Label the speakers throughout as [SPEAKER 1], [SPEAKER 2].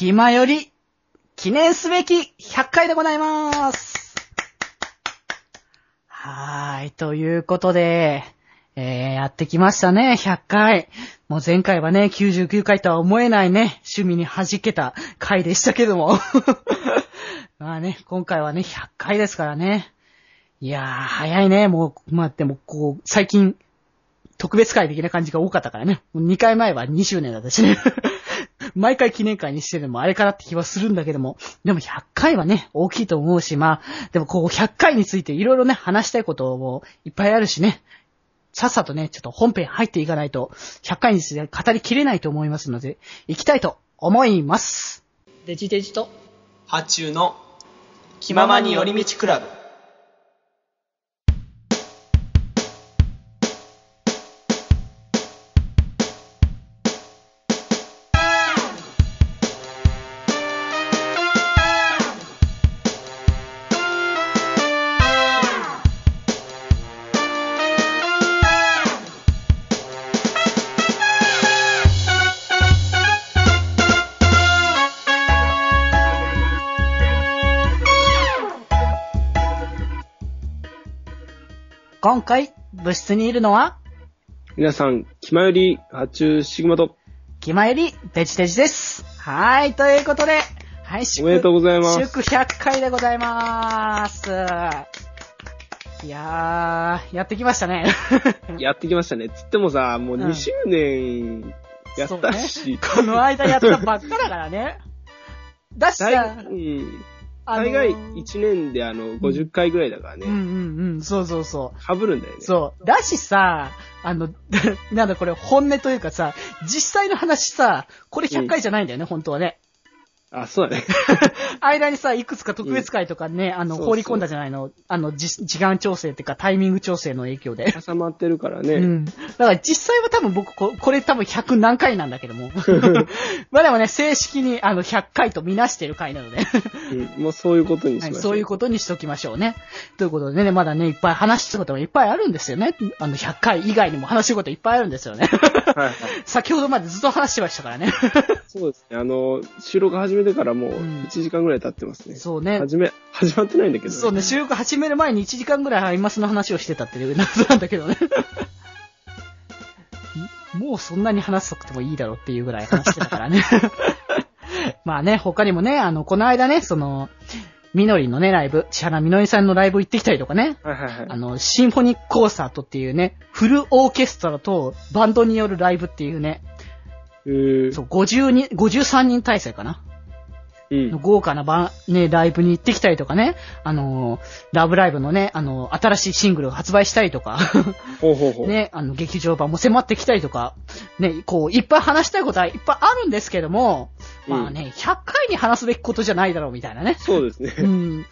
[SPEAKER 1] 今より、記念すべき100回でございます。はーい、ということで、えー、やってきましたね、100回。もう前回はね、99回とは思えないね、趣味に弾けた回でしたけども。 まあね、今回はね、100回ですからね。いやー、早いね、もう、まあでもこう、最近、特別会的な感じが多かったからね。2回前は2周年だったしね。 毎回記念会にしてるのもあれからって気はするんだけども。でも100回はね、大きいと思うし、まあ、でもこう100回についていろいろね、話したいこともいっぱいあるしね。さっさとね、ちょっと本編入っていかないと、100回について語りきれないと思いますので、行きたいと思います。デジデジと。
[SPEAKER 2] 発注の気ままに寄り道クラブ
[SPEAKER 1] 今回、部室にいるのは、
[SPEAKER 3] 皆さん、気まより、発注、シグマと、
[SPEAKER 1] 気前よりデジデジです。はーい、ということで、はい、
[SPEAKER 3] おめでとうございます
[SPEAKER 1] 祝100回でございます。いやー、やってきました ね。
[SPEAKER 3] やってきましたね。つってもさ、もう
[SPEAKER 1] うん
[SPEAKER 3] 2周年、やったし、
[SPEAKER 1] この間やったばっかだからね。だし
[SPEAKER 3] 大
[SPEAKER 1] さ、
[SPEAKER 3] うん、
[SPEAKER 1] あのー
[SPEAKER 3] 大概1年であの、50回ぐらいだから
[SPEAKER 1] うん
[SPEAKER 3] ね、
[SPEAKER 1] うんうん、そうそうそう。
[SPEAKER 3] かぶるんだよね。
[SPEAKER 1] そう。だしさ、あの、 なんだこれ本音というかさ、実際の話さ、これ100回じゃないんだよね、本当はね。
[SPEAKER 3] あ、そう だね。
[SPEAKER 1] 間にさ、いくつか特別会とかね、あの、
[SPEAKER 3] そうそう
[SPEAKER 1] 放り込んだじゃないの。あの、じ時間調整っていうか、タイミング調整の影響で。
[SPEAKER 3] 挟まってるからね。
[SPEAKER 1] うん。だから実際は多分僕こ、これ多分100何回なんだけど も。まあでもね、正式にあの、100回とみなしてる回なので、
[SPEAKER 3] うんもうそういうことにし
[SPEAKER 1] は
[SPEAKER 3] ま
[SPEAKER 1] い、
[SPEAKER 3] しょう。
[SPEAKER 1] そういうことにしときましょうね。ということでね、まだね、いっぱい話すこともいっぱいあるんですよね。あの、100回以外にも話すこといっぱいあるんですよ ね。
[SPEAKER 3] はいはい。
[SPEAKER 1] 先ほどまでずっと話してましたからね。
[SPEAKER 3] そうですね。あの、収録始めてからもう
[SPEAKER 1] うん
[SPEAKER 3] 1時間ぐらい経ってますね。
[SPEAKER 1] そうね。
[SPEAKER 3] 始め、始まってないんだけど、
[SPEAKER 1] そうね、収録始める前に1時間ぐらい今スの話をしてたっていう謎なんだけどね。もうそんなに話さなくてもいいだろうっていうぐらい話してたからね。 まあね、他にもね、あの、この間ね、その、みのりのね、ライブ、千原みのりさんのライブ行ってきたりとかね、
[SPEAKER 3] はいはいは
[SPEAKER 1] あ
[SPEAKER 3] い。
[SPEAKER 1] の、シンフォニックコンサートっていうね、フルオーケストラとバンドによるライブっていうね、
[SPEAKER 3] うー
[SPEAKER 1] そう、52、53人体制かな。
[SPEAKER 3] うん。
[SPEAKER 1] 豪華なば、ね、ライブに行ってきたりとかね、あのーラブライブのね、あのー新しいシングルを発売したりとか、
[SPEAKER 3] ほうほうほう。
[SPEAKER 1] ね、あの、劇場版も迫ってきたりとか、ね、こう、いっぱい話したいことはいっぱいあるんですけども、まあね、100回に話すべきことじゃないだろうみたいなね。
[SPEAKER 3] そうですね。
[SPEAKER 1] うん。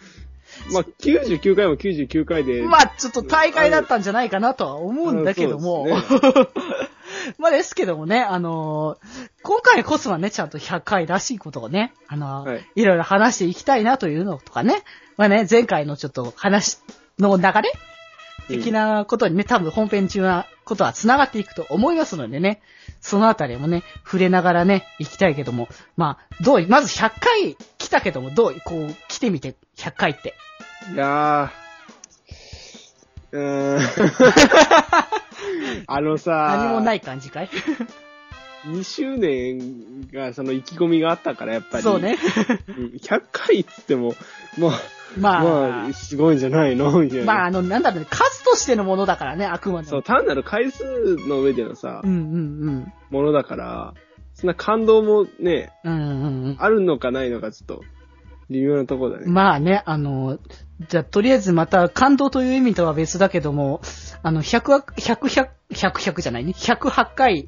[SPEAKER 3] まあ、99回も99回で。
[SPEAKER 1] まあ、ちょっと大会だったんじゃないかなとは思うんだけども、
[SPEAKER 3] あそ
[SPEAKER 1] まあですけどもね、あのー今回こそはね、ちゃんと100回らしいことをね、あのー
[SPEAKER 3] はい。
[SPEAKER 1] いろいろ話していきたいなというのとかね。まあね、前回のちょっと話の流れ的なことにね、多分本編中なことは繋がっていくと思いますのでね、そのあたりもね、触れながらね、行きたいけども、まあ、どう、まず100回来たけども、どう、こう、来てみて、100回って。
[SPEAKER 3] いやー。うーん。あのさ、
[SPEAKER 1] 何もない感じかい
[SPEAKER 3] 2周年が、その意気込みがあったから、やっぱり。
[SPEAKER 1] そう。ね。
[SPEAKER 3] ん、100回っつっても、もう、
[SPEAKER 1] まあ、
[SPEAKER 3] まあ、すごいんじゃないのみたいな。
[SPEAKER 1] まあ、あの、なんだろうね、数としてのものだからね、あくまで
[SPEAKER 3] そ
[SPEAKER 1] も。
[SPEAKER 3] う、単なる回数の上でのさ、
[SPEAKER 1] うんうんうん。
[SPEAKER 3] ものだから、そんな感動もね、
[SPEAKER 1] うんうんうん。
[SPEAKER 3] あるのかないのか、ちょっと、微妙なとこだね。
[SPEAKER 1] まあね、あの、じゃあ、とりあえずまた感動という意味とは別だけども、あの、100は、100、100、100じゃないね。108回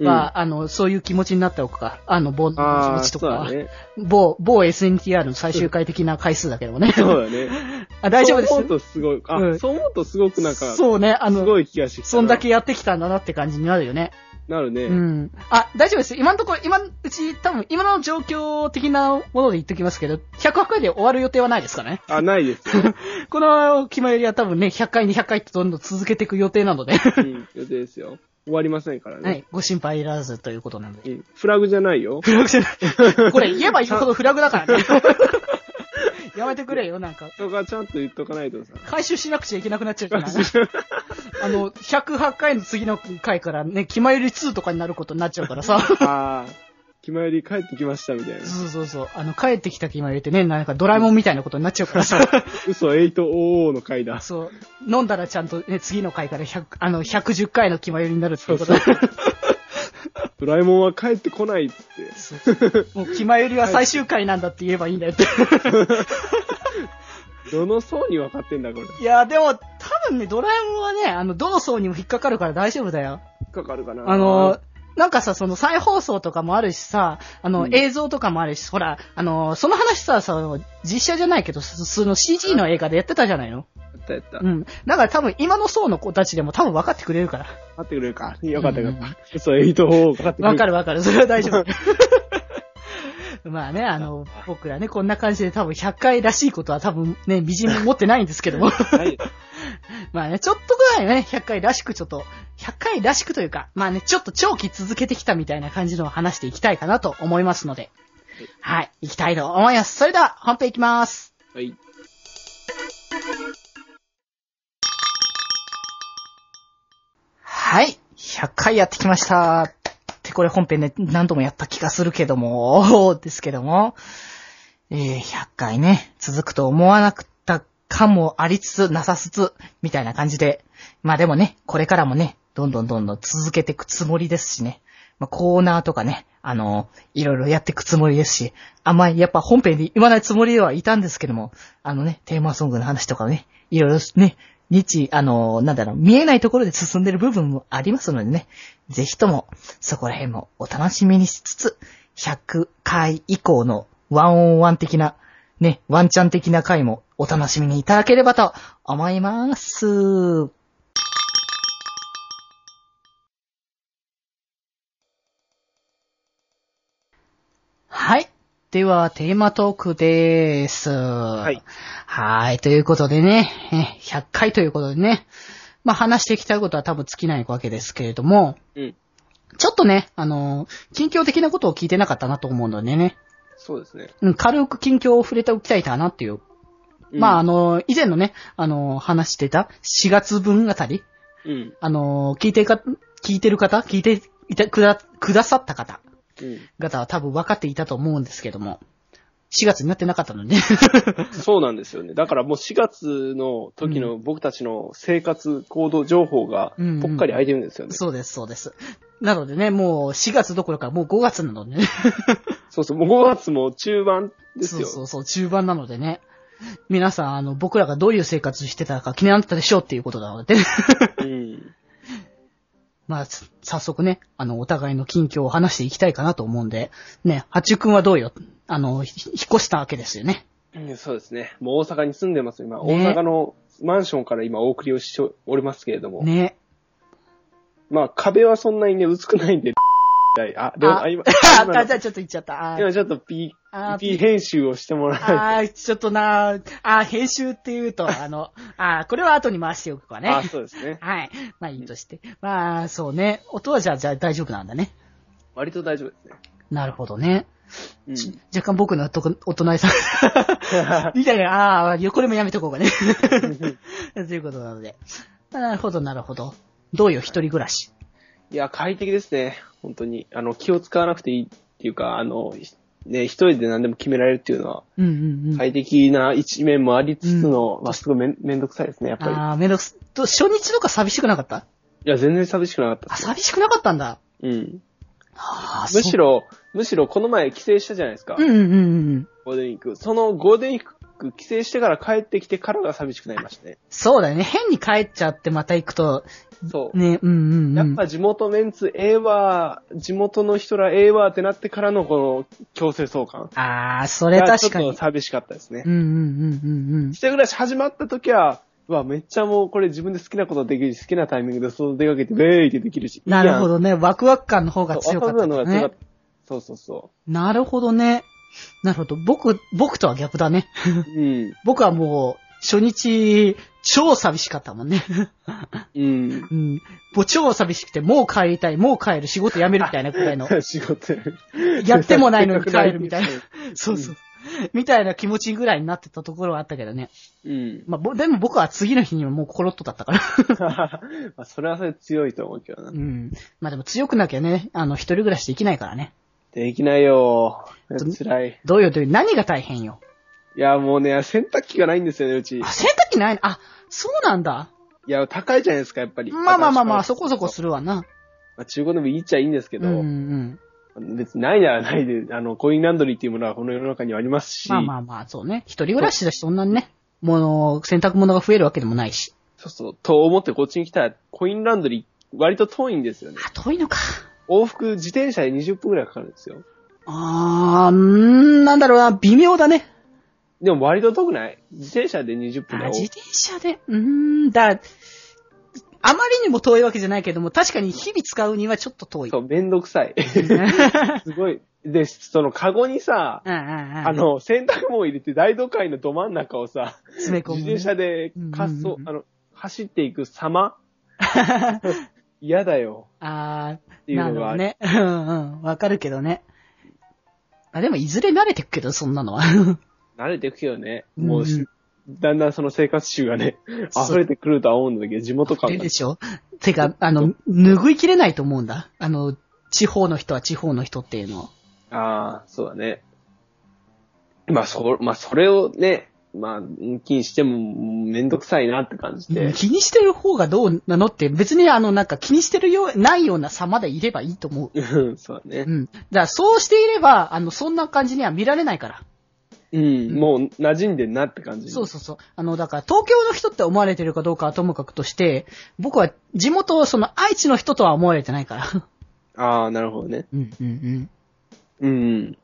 [SPEAKER 1] は、あの、そういう気持ちになったおくか。あの、某の気
[SPEAKER 3] あ
[SPEAKER 1] 持
[SPEAKER 3] あ、
[SPEAKER 1] ちと
[SPEAKER 3] そう
[SPEAKER 1] か
[SPEAKER 3] だ。ね。
[SPEAKER 1] 某、某 SNTR の最終回的な回数だけどもね。
[SPEAKER 3] そうだね。
[SPEAKER 1] あ大丈夫で
[SPEAKER 3] そう思う
[SPEAKER 1] す
[SPEAKER 3] とすごい、あ、
[SPEAKER 1] うん
[SPEAKER 3] そう思うとすごくなんか、
[SPEAKER 1] そうね、あ
[SPEAKER 3] す
[SPEAKER 1] の、
[SPEAKER 3] ごい気がしてきたな
[SPEAKER 1] そんだけやってきたんだなって感じになるよね。
[SPEAKER 3] なるね。
[SPEAKER 1] うん。あ、大丈夫です。今のところ、今のうち、多分、今の状況的なもので言っときますけど、108回で終わる予定はないですからね。
[SPEAKER 3] あ、ないですよ。
[SPEAKER 1] この決まりは多分ね、100回、200回とどんどん続けていく予定なので。
[SPEAKER 3] うん、予定ですよ。終わりませんからね。
[SPEAKER 1] はい。ご心配いらずということなので。
[SPEAKER 3] えフラグじゃないよ。
[SPEAKER 1] フラグじゃない。これ言えば言うほどフラグだから ね。 やめてくれよ、なんか。
[SPEAKER 3] とかちゃんと言っとかないと さ。
[SPEAKER 1] 回収しなくちゃいけなくなっちゃう から。あの、108回の次の回からね、気まより2とかになることになっちゃうから さ。
[SPEAKER 3] ああ、気前より帰ってきましたみたいな。
[SPEAKER 1] そうそうそう。あの、帰ってきた気まよりってね、なんかドラえもんみたいなことになっちゃうからさ。
[SPEAKER 3] 嘘、8OO の回だ。
[SPEAKER 1] そう。飲んだらちゃんとね、次の回から100、あの、110回の気まよりになるっていうこと。
[SPEAKER 3] そうドラえもんは帰ってこないっつって。
[SPEAKER 1] そう もう、気まよりは最終回なんだって言えばいいんだよって。
[SPEAKER 3] どの層に分かってんだ、これ。
[SPEAKER 1] いや、でも、多分ね、ドラえもんはね、あの、どの層にも引っかかるから大丈夫だよ。
[SPEAKER 3] 引っかかるかな。
[SPEAKER 1] あの、なんかさ、その再放送とかもあるしさ、あの、
[SPEAKER 3] うん
[SPEAKER 1] 映像とかもあるし、ほら、あの、その話さ、その、実写じゃないけど、そその CG の映画でやってたじゃないの
[SPEAKER 3] やったやった。
[SPEAKER 1] う
[SPEAKER 3] 分
[SPEAKER 1] ん。だから多分今の層の子たちでも多分分かってくれるから。
[SPEAKER 3] かってくれるか。よかったよかった。
[SPEAKER 1] うん
[SPEAKER 3] 嘘、8OO 分かってくれ
[SPEAKER 1] 分
[SPEAKER 3] る
[SPEAKER 1] かる分かる。それは大 丈夫。まあね、あの、僕らね、こんな感じで多分100回らしいことは多分ね、微塵も持ってないんですけども。
[SPEAKER 3] はい。
[SPEAKER 1] まあね、ちょっとぐらいね、100回らしくちょっと、100回らしくというか、まあね、ちょっと長期続けてきたみたいな感じのを話していきたいかなと思いますので。はい、いきたいと思います。それでは、本編いきます。
[SPEAKER 3] はい。
[SPEAKER 1] はい、100回やってきました。ってこれ本編で何度もやった気がするけども、 ですけども、えー、100回ね、続くと思わなかった感もありつつ、なさつつ、みたいな感じで、まあでもね、これからもね、どんどんどんどん続けていくつもりですしね、まあコーナーとかね、あの、いろいろやっていくつもりですし、あんまりやっぱ本編で言わないつもりではいたんですけども、あのね、テーマソングの話とかね、いろいろね、日、あの、なんだろう、見えないところで進んでる部分もありますのでね、ぜひとも、そこら辺もお楽しみにしつつ、100回以降のワンオンワン的な、ね、ワンチャン的な回もお楽しみにいただければと思います。はい。では、テーマトークでーす。は
[SPEAKER 3] はい。
[SPEAKER 1] はい。ということでね、え100回ということでね、まあ話していきたいことは多分尽きないわけですけれども、
[SPEAKER 3] うん。
[SPEAKER 1] ちょっとね、あのー近況的なことを聞いてなかったなと思うのでね、
[SPEAKER 3] そうですね。
[SPEAKER 1] うん軽く近況を触れておきたいかなっていう。まあ、あ
[SPEAKER 3] あ、
[SPEAKER 1] のー以前のね、あのー話してた4月分あたり、
[SPEAKER 3] うん。
[SPEAKER 1] あのー聞いてか、聞いてる方、聞いていた、くだ、くださった方、
[SPEAKER 3] う
[SPEAKER 1] 方は多分分かっていたと思うんですけども、4月になってなかったので、ね、
[SPEAKER 3] ん。そうなんですよね。だからもう4月の時の僕たちの生活、行動情報が
[SPEAKER 1] うん
[SPEAKER 3] ぽっかり空いてるんですよね。
[SPEAKER 1] そうです、そうです。なのでね、もう4月どころかもう5月なのでね。
[SPEAKER 3] そうそう、もう5月も中盤です
[SPEAKER 1] そう
[SPEAKER 3] よ。
[SPEAKER 1] そうそう、中盤なのでね。皆さん、あの、僕らがどういう生活してたか気になったでしょうっていうことなので、
[SPEAKER 3] うん。
[SPEAKER 1] まあ、さ早速ね、あの、お互いの近況を話していきたいかなと思うんで、ね、八中くんはどうよ、あの、ひ引っ越したわけですよね。
[SPEAKER 3] うんそうですね。もう大阪に住んでます。今、
[SPEAKER 1] ね
[SPEAKER 3] 大阪のマンションから今お送りをしておりますけれども。
[SPEAKER 1] ね。
[SPEAKER 3] まあ、壁はそんなにね、薄くないん で、あ、でも、あ、今、
[SPEAKER 1] あ、
[SPEAKER 3] 今
[SPEAKER 1] あ、じ
[SPEAKER 3] の
[SPEAKER 1] ゃあちょっと言っちゃった。あー
[SPEAKER 3] 今ちょっと P、
[SPEAKER 1] あー
[SPEAKER 3] P 編集をしてもらわない
[SPEAKER 1] あー、ちょっとな、あー、編集っていうと、あの、あー、これは後に回しておくわ
[SPEAKER 3] と。あ、
[SPEAKER 1] ね。
[SPEAKER 3] そうですね。
[SPEAKER 1] はい。まあいいとして。まあ、そうね。音はじゃあ、じゃあ大丈夫なんだね。
[SPEAKER 3] 割と大丈夫ですね。
[SPEAKER 1] なるほどね。
[SPEAKER 3] うん。
[SPEAKER 1] 若干僕のとこお 隣さんみたいな、ああー、これもやめとこうかね。ということなので。なるほど、なるほど。どうよ、一人暮らし。
[SPEAKER 3] いや、快適ですね。本当に。あの、気を使わなくていいっていうか、あの、ひね、一人で何でも決められるっていうのは、
[SPEAKER 1] うんうんうん。
[SPEAKER 3] 快適な一面もありつつの、
[SPEAKER 1] うん
[SPEAKER 3] まあ、すごいめんめんどくさいですね、やっぱり。
[SPEAKER 1] ああ、めんどくす、と初日とか寂しくなかった
[SPEAKER 3] いや、全然寂しくなかった
[SPEAKER 1] あ、
[SPEAKER 3] です。
[SPEAKER 1] 寂しくなかったんだ。
[SPEAKER 3] うん。
[SPEAKER 1] ああ、
[SPEAKER 3] むし
[SPEAKER 1] ろ。
[SPEAKER 3] ろ、むしろこの前帰省したじゃないですか、
[SPEAKER 1] うんうんうんうん。
[SPEAKER 3] ゴールデンウィーク。そのゴールデンウィーク帰省してから帰ってきてからが寂しくなりましたね。
[SPEAKER 1] そうだよね。変に帰っちゃってまた行くと、
[SPEAKER 3] そう。
[SPEAKER 1] ね、うんうん、うん。
[SPEAKER 3] やっぱ地元メンツええわ、地元の人らええわってなってからのこの強制送還。
[SPEAKER 1] ああ、それ確か
[SPEAKER 3] いやちょ
[SPEAKER 1] に
[SPEAKER 3] っと。寂しかったですね
[SPEAKER 1] うん。うんうんうんうん
[SPEAKER 3] 一。人暮らし始まった時は、うわ、めっちゃもうこれ自分で好きなことできるし、好きなタイミングで外出かけて、ウェーイってできるし。いいや
[SPEAKER 1] なんるほ。どね。ワクワク感の方が
[SPEAKER 3] そう
[SPEAKER 1] 強かった、ね。
[SPEAKER 3] 若者の方が強かったそうそうそ
[SPEAKER 1] なるほどね。なるほど。僕、僕とは逆だね。
[SPEAKER 3] う。うん。
[SPEAKER 1] 僕はもう、初日、超寂しかったもんね。
[SPEAKER 3] うん。
[SPEAKER 1] うん。もう超寂しくて、もう帰りたい、もう帰る、仕事辞めるみたいなくら いの。
[SPEAKER 3] 仕事
[SPEAKER 1] やってもないのに帰るみたいな。そう
[SPEAKER 3] う
[SPEAKER 1] そう。みたいな気持ちぐらいになってたところはあったけどね。
[SPEAKER 3] うん。
[SPEAKER 1] まあ、ぼでも僕は次の日にはもうコロッとだったから。
[SPEAKER 3] まあ、それはそれで強いと思うけどな
[SPEAKER 1] う。ん。まあでも強くなきゃね、あの、一人暮らしできないからね。
[SPEAKER 3] できないよ。辛い。
[SPEAKER 1] どうよどうよ、何が大変よ。
[SPEAKER 3] いや、もうね、洗濯機がないんですよね、うち。い
[SPEAKER 1] あ、洗濯機ないのあ、そうなんだ。
[SPEAKER 3] や、高いじゃないですか、やっぱり。
[SPEAKER 1] まあまあまあまあ、そこそこ
[SPEAKER 3] そう
[SPEAKER 1] するわな。
[SPEAKER 3] まあ、中古でもいいっちゃいいんですけ
[SPEAKER 1] う
[SPEAKER 3] ど、
[SPEAKER 1] んうん。
[SPEAKER 3] 別にないならないで、あの、コインランドリーっていうものはこの世の中にはありますし、
[SPEAKER 1] まあまあまあ、そうね。一人暮らしだし、そんなにね、もの、洗濯物が増えるわけでもないし。
[SPEAKER 3] そうそう、と思ってこっちに来たら、コインランドリー、割と遠いんですよね。
[SPEAKER 1] あ、遠いのか。
[SPEAKER 3] 往復自転車で20分くらいかかるんですよ。
[SPEAKER 1] あー、んー、なんだろうな、微妙だね。
[SPEAKER 3] でも割と遠くない自転車で20
[SPEAKER 1] あ
[SPEAKER 3] 分だよ
[SPEAKER 1] 自転車で、うーん、だ、あまりにも遠いわけじゃないけども、確かに日々使うにはちょっと遠い。
[SPEAKER 3] そう、めんどくさい。
[SPEAKER 1] うんうんうん
[SPEAKER 3] すごい。で、そのカゴにさ、あの、洗濯物を入れて大都会のど真ん中をさ、
[SPEAKER 1] 詰め込
[SPEAKER 3] 自
[SPEAKER 1] む、ね。
[SPEAKER 3] 転車で滑
[SPEAKER 1] う
[SPEAKER 3] 走、
[SPEAKER 1] んうんうん
[SPEAKER 3] あの、走っていく様嫌だよ。
[SPEAKER 1] あ
[SPEAKER 3] って
[SPEAKER 1] ー、
[SPEAKER 3] いう
[SPEAKER 1] なる
[SPEAKER 3] の
[SPEAKER 1] ほ
[SPEAKER 3] があ
[SPEAKER 1] ど
[SPEAKER 3] る
[SPEAKER 1] ね。うんうん。わかるけどね。あ、でも、いずれ慣れてくけど、そんなのは。
[SPEAKER 3] 慣れていくけどね。
[SPEAKER 1] うんうん
[SPEAKER 3] もうし、だんだんその生活習がね、
[SPEAKER 1] そう
[SPEAKER 3] 溢れてくるとは思うんだけど、地元
[SPEAKER 1] あ
[SPEAKER 3] 感
[SPEAKER 1] れ
[SPEAKER 3] が
[SPEAKER 1] で。しょてか、あの、拭いきれないと思うんだ。あの、地方の人は地方の人っていうのを。
[SPEAKER 3] ああ、そうだね。まあ、そ、まあ、それをね、まあ、気にしても、めんどくさいなって感じで。
[SPEAKER 1] 気にしてる方がどうなのって、別にあの、なんか気にしてるよう、ないような差までいればいいと思う。
[SPEAKER 3] うん、そうだね
[SPEAKER 1] う。ん。だから、そうしていれば、あの、そんな感じには見られないから。
[SPEAKER 3] うん、もう、馴染んでんなって感じ。
[SPEAKER 1] そうそうそう。あの、だから、東京の人って思われてるかどうかはともかくとして、僕は地元、その、愛知の人とは思われてないから。
[SPEAKER 3] ああ、なるほどね。
[SPEAKER 1] うんうんうん。
[SPEAKER 3] うんうん。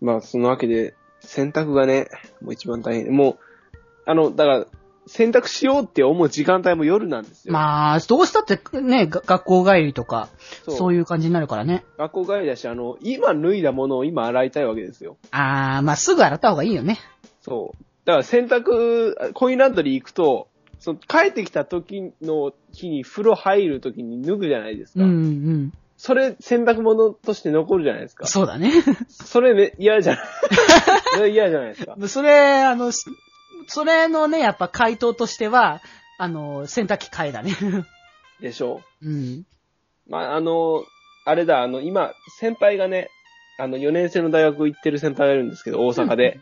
[SPEAKER 3] まあ、そのわけで、洗濯がね、もう一番大変。もう、あの、だから、洗濯しようって思う時間帯も夜なんですよ。あ、
[SPEAKER 1] まあ、どうしたってね、が学校帰りとか、
[SPEAKER 3] そう
[SPEAKER 1] そういう感じになるからね。
[SPEAKER 3] 学校帰りだし、あの、今脱いだものを今洗いたいわけですよ。
[SPEAKER 1] あー、まあ、すぐ洗った方がいいよね。
[SPEAKER 3] そう。だから洗濯、コインランドリー行くと、その帰ってきた時の日に風呂入る時に脱ぐじゃないです
[SPEAKER 1] うん
[SPEAKER 3] か。
[SPEAKER 1] うん。
[SPEAKER 3] それ洗濯物として残るじゃないですか。
[SPEAKER 1] そうだね。
[SPEAKER 3] それめ嫌じゃないそれ嫌じゃないですか。
[SPEAKER 1] それ、あの、しそれのね、やっぱ回答としては、あの、洗濯機買えだね。
[SPEAKER 3] でしょ
[SPEAKER 1] うん。
[SPEAKER 3] まあ、あの、あれだ、あの、今、先輩がね、あの、4年生の大学行ってる先輩がいるんですけど、大阪で。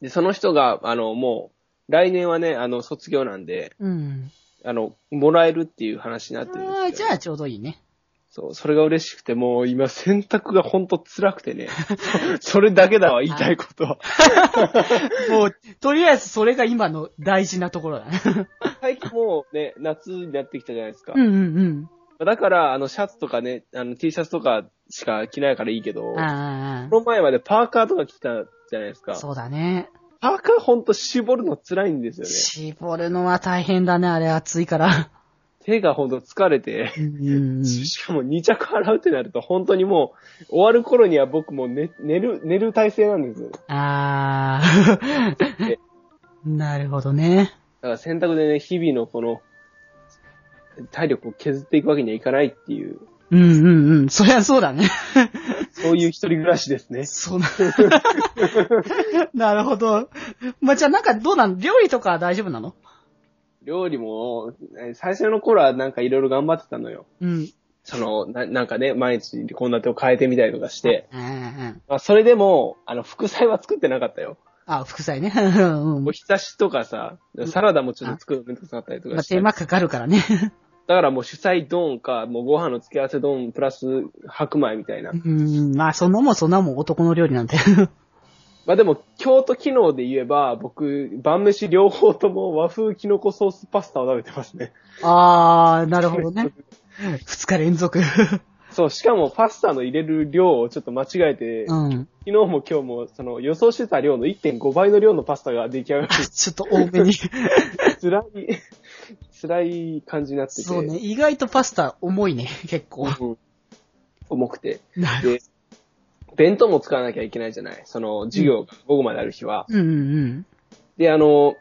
[SPEAKER 3] で、その人が、あの、もう、来年はね、あの、卒業なんで、
[SPEAKER 1] うん。
[SPEAKER 3] あの、もらえるっていう話になってるんです
[SPEAKER 1] あ
[SPEAKER 3] け
[SPEAKER 1] ー
[SPEAKER 3] ど。
[SPEAKER 1] じゃあちょうどいいね。
[SPEAKER 3] そう、それが嬉しくて、もう今、選択がほんと辛くてね。 それだけだわ、言いたいこ とは。
[SPEAKER 1] もう、とりあえずそれが今の大事なところだね。
[SPEAKER 3] 最近もうね、夏になってきたじゃないですか。
[SPEAKER 1] うんうん
[SPEAKER 3] だから、あの、シャツとかね、あの、T シャツとかしか着ないからいいけど、
[SPEAKER 1] うん。
[SPEAKER 3] こ
[SPEAKER 1] あ
[SPEAKER 3] の前までパーカーとか着てたじゃないです
[SPEAKER 1] あ、
[SPEAKER 3] か。
[SPEAKER 1] そうだね。
[SPEAKER 3] パーカーほんと絞るの辛いんですよね。
[SPEAKER 1] 絞るのは大変だね、あれ暑いから。
[SPEAKER 3] 手がほんと疲れて。
[SPEAKER 1] うんうんうん。
[SPEAKER 3] しかも2着払うってなると本当にもう終わる頃には僕もう寝寝る、寝る体勢なんですよ。だか
[SPEAKER 1] あ
[SPEAKER 3] え
[SPEAKER 1] ー。 なるほどね。
[SPEAKER 3] ら洗濯でね、日々のこの体力を削っていくわけにはいかないっていう、
[SPEAKER 1] うんうんうん。そりゃそうだね。
[SPEAKER 3] そういう一人暮らしですね。
[SPEAKER 1] そうな。なるほど。まあ、じゃあなんかどうなの料理とかは大丈夫なの
[SPEAKER 3] 料理も、え最初の頃はなんかいろいろ頑張ってたのよ。
[SPEAKER 1] うん。
[SPEAKER 3] その、ななんかね、毎日献立を変えてみたりとかして。
[SPEAKER 1] うんうん
[SPEAKER 3] まあ、それでも、あの、副菜は作ってなかったよ。
[SPEAKER 1] あ、副菜ね。うん
[SPEAKER 3] おひたしとかさ、サラダもちょっと作るのめんどくさかったりと
[SPEAKER 1] ま
[SPEAKER 3] か
[SPEAKER 1] あ、
[SPEAKER 3] して。
[SPEAKER 1] 手間かかるからね。
[SPEAKER 3] だからもう主菜丼か、もうご飯の付け合わせ丼プラス白米みたいな
[SPEAKER 1] う。ん。まあ、そんなもんそんなもん男の料理なんて。
[SPEAKER 3] まあでも、京都機能で言えば、僕、晩飯両方とも和風キノコソースパスタを食べてますね。
[SPEAKER 1] あー、なるほどね。二日連続。
[SPEAKER 3] そう、しかもパスタの入れる量をちょっと間違えて、
[SPEAKER 1] うん。
[SPEAKER 3] 昨日も今日も、その予想してた量の1.5倍の量のパスタが出来上がる。
[SPEAKER 1] ちょっと多めに。
[SPEAKER 3] 辛い、 辛い感じになってて。
[SPEAKER 1] そうね。意外とパスタ重いね、結構。
[SPEAKER 3] うん。重くて。
[SPEAKER 1] なる
[SPEAKER 3] で、弁当も使わなきゃいけないじゃない。その、授業が午後まである日は。
[SPEAKER 1] うんうんうん。
[SPEAKER 3] で、あの、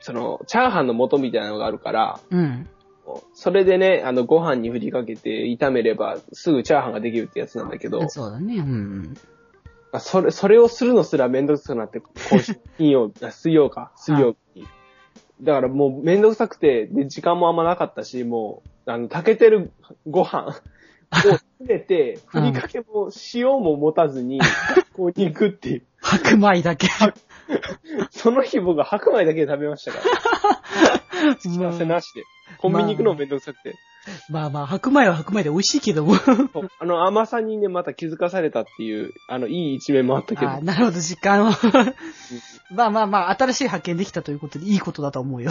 [SPEAKER 3] その、チャーハンの素みたいなのがあるから、
[SPEAKER 1] うん。
[SPEAKER 3] それでね、あの、ご飯に振りかけて炒めれば、すぐチャーハンができるってやつなんだけど、
[SPEAKER 1] そうだね。うんうん。
[SPEAKER 3] まあそれ、それをするのすらめんどくさくなって、今週、金曜、あ 水曜か、水曜日に。だからもうめんどくさくて、で、時間もあんまなかったし、もう、あの、炊けてるご飯をすべて、ふりかけも塩も持たずに、 こうに行くっていう。
[SPEAKER 1] 白米だけ。
[SPEAKER 3] その日僕は白米だけで食べましたから。付き合わせなしで。コンビニ行くのもめんどくさくて。
[SPEAKER 1] まあまあ、白米は白米で美味しいけども。
[SPEAKER 3] そうあの甘さにね、また気づかされたっていう、あの、いい一面もあったけど。
[SPEAKER 1] あなるほど、時間を。 まあまあまあ、新しい発見できたということで、いいことだと思う よ。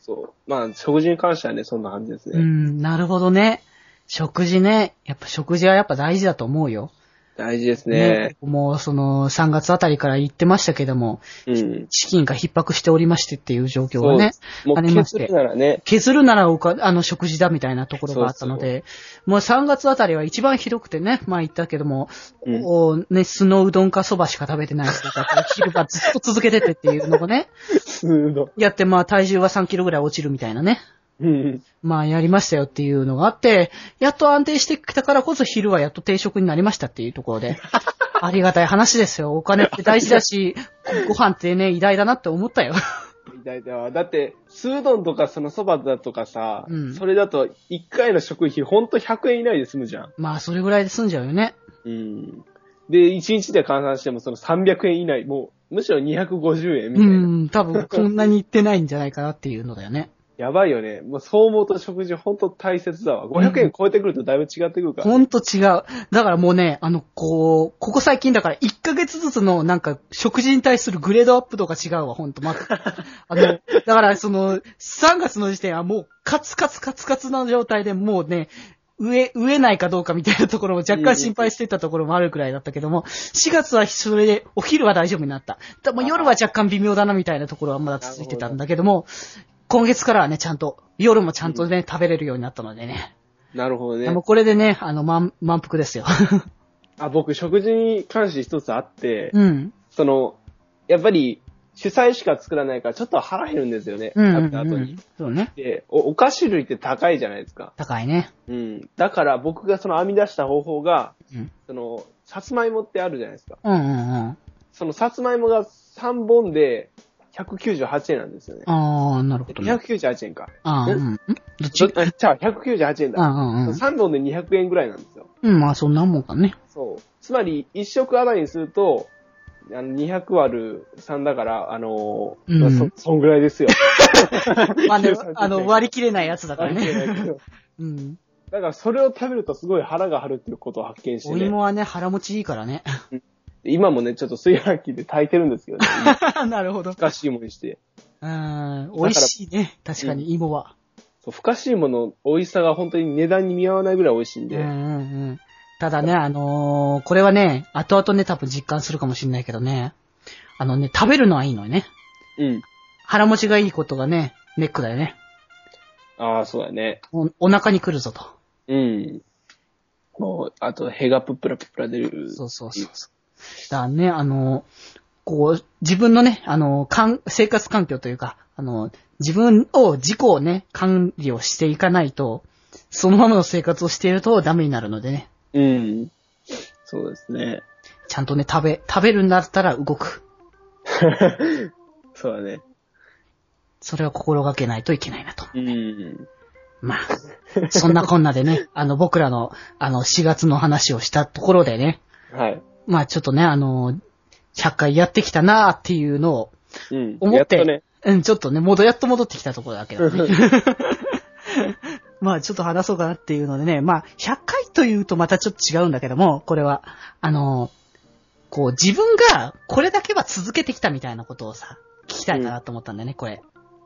[SPEAKER 3] そう。まあ、食事に関してはね、そんな感じですね。
[SPEAKER 1] うん、なるほどね。食事ね。やっぱ食事はやっぱ大事だと思うよ。
[SPEAKER 3] 大事ですね。
[SPEAKER 1] もうその3月あたりから言ってましたけども、
[SPEAKER 3] うん。
[SPEAKER 1] 資金が逼迫しておりましてっていう状況がね。
[SPEAKER 3] も
[SPEAKER 1] あ
[SPEAKER 3] う
[SPEAKER 1] りまして
[SPEAKER 3] 削るならね、
[SPEAKER 1] 削るならおか、あの、食事だみたいなところがあったので、もう3月あたりは一番ひどくてね、まあ言ったけども、
[SPEAKER 3] うん
[SPEAKER 1] おね、酢のうどんかそばしか食べてない人だから、昼間ずっと続けててっていうのがね、
[SPEAKER 3] 数度。
[SPEAKER 1] やってまあ体重は3キロぐらい落ちるみたいなね。
[SPEAKER 3] うん。
[SPEAKER 1] まあやりましたよっていうのがあって、やっと安定してきたからこそ昼はやっと定食になりましたっていうところ で。ありがたい話ですよ。お金って大事だし、 ご飯ってね、偉大だなって思ったよ。
[SPEAKER 3] 大体は。だって、スードンとかそのそばだとかさ、
[SPEAKER 1] うん
[SPEAKER 3] それだと1回の食費ほんと100円以内で済むじゃん。
[SPEAKER 1] まあそれぐらいで済んじゃうよね。
[SPEAKER 3] うん。で、1日で換算してもその300円以内、もう、むしろ250円み
[SPEAKER 1] う
[SPEAKER 3] たいな。
[SPEAKER 1] ん、多分こんなに行ってないんじゃないかなっていうのだよね。
[SPEAKER 3] やばいよね。もうそう思うと食事ほんと大切だわ。500円超えてくるとだいぶ違ってくるから。
[SPEAKER 1] ほんと違う。だからもうね、あの、こう、ここ最近だから1ヶ月ずつのなんか食事に対するグレードアップ度が違うわ、ほんと。 まあ、あの、だからその、3月の時点はもうカツカツカツカツな状態でもうね、植え、植えないかどうかみたいなところも若干心配してたところもあるくらいだったけども、4月はそれでお昼は大丈夫になった。でも夜は若干微妙だなみたいなところはまだ続いてたんだけども、今月からはね、ちゃんと、夜もちゃんとね、食べれるようになったのでね。
[SPEAKER 3] なるほ
[SPEAKER 1] い
[SPEAKER 3] ど
[SPEAKER 1] やもう
[SPEAKER 3] ね。
[SPEAKER 1] これでね、あの、満満腹です よ。
[SPEAKER 3] あ、僕食事に関して一つあって、
[SPEAKER 1] うん。
[SPEAKER 3] その、やっぱり主催しか作らないからちょっと腹減るんですよね。
[SPEAKER 1] うんうん、
[SPEAKER 3] 食べた後
[SPEAKER 1] う
[SPEAKER 3] に
[SPEAKER 1] ん。。そうね。
[SPEAKER 3] でお、お菓子類って高いじゃないですか。
[SPEAKER 1] 高いね。
[SPEAKER 3] うん。だから僕がその編み出した方法が、
[SPEAKER 1] うん
[SPEAKER 3] その、さつまいもってあるじゃないですか。
[SPEAKER 1] うんうんうん。
[SPEAKER 3] そのさつまいもが3本で198円なんですよね。
[SPEAKER 1] ああ、なるほどね。
[SPEAKER 3] 298円か。
[SPEAKER 1] あー
[SPEAKER 3] え
[SPEAKER 1] うん。んどっ
[SPEAKER 3] ち
[SPEAKER 1] ち
[SPEAKER 3] ょじゃあ、198円
[SPEAKER 1] う
[SPEAKER 3] だ。
[SPEAKER 1] んうんうん。
[SPEAKER 3] 3本で200円ぐらいなんですよ。
[SPEAKER 1] うん、まあそんなもんか ね。
[SPEAKER 3] そう。つまり、1食あたりにすると、あの200割る3だから、あのー
[SPEAKER 1] うん
[SPEAKER 3] そ、そんぐらいですよ。
[SPEAKER 1] まあ ね
[SPEAKER 3] 13、
[SPEAKER 1] あの、割り切れないやつだから
[SPEAKER 3] 関係ないけ
[SPEAKER 1] ね。
[SPEAKER 3] ど
[SPEAKER 1] うん。
[SPEAKER 3] だから、それを食べるとすごい腹が張るっていうことを発見して
[SPEAKER 1] お
[SPEAKER 3] ね
[SPEAKER 1] 芋。はね、腹持ちいいからね。
[SPEAKER 3] 今もね、ちょっと炊飯器で炊いてるんですけどね。
[SPEAKER 1] なるほど
[SPEAKER 3] ふ。かしいものにして。
[SPEAKER 1] うん、美味しいね。確かに芋は。
[SPEAKER 3] そう、ふかしいもの美味しさが本当に値段に見合わないぐらい美味しいん
[SPEAKER 1] うん
[SPEAKER 3] で。
[SPEAKER 1] うんうん。ただね、あのーこれはね、後々ね、多分実感するかもしれないけどね。あのね、食べるのはいいのよね。
[SPEAKER 3] うん。
[SPEAKER 1] 腹持ちがいいことがね、ネックだよね。
[SPEAKER 3] ああ、そうだね。
[SPEAKER 1] おお腹に来るぞと。
[SPEAKER 3] うん。もう、あと、ヘがプップラプップラ出る。
[SPEAKER 1] そうそうそうそう。だからね、あの、こう、自分のね、あの、かん、生活環境というか、あの、自分を、自己をね、管理をしていかないと、そのままの生活をしているとダメになるのでね、
[SPEAKER 3] うん。そうですね。
[SPEAKER 1] ちゃんとね、食べ、食べるんだったら動く。
[SPEAKER 3] そうだね。
[SPEAKER 1] それは心がけないといけないなと。
[SPEAKER 3] うん。
[SPEAKER 1] まあ、そんなこんなでね、あの、僕らの、あの、4月の話をしたところでね、
[SPEAKER 3] はい。
[SPEAKER 1] まあちょっとね、あの、100回やってきたなーっていうのを
[SPEAKER 3] うん。
[SPEAKER 1] 思って、
[SPEAKER 3] やっ とね。
[SPEAKER 1] うん、ちょっとね、戻、やっと戻ってきたところだけどね。まあちょっと話そうかなっていうのでね、まあ100回というとまたちょっと違うんだけども、これは、あの、こう自分がこれだけは続けてきたみたいなことをさ、聞きたいかなと思ったんだよね、これ。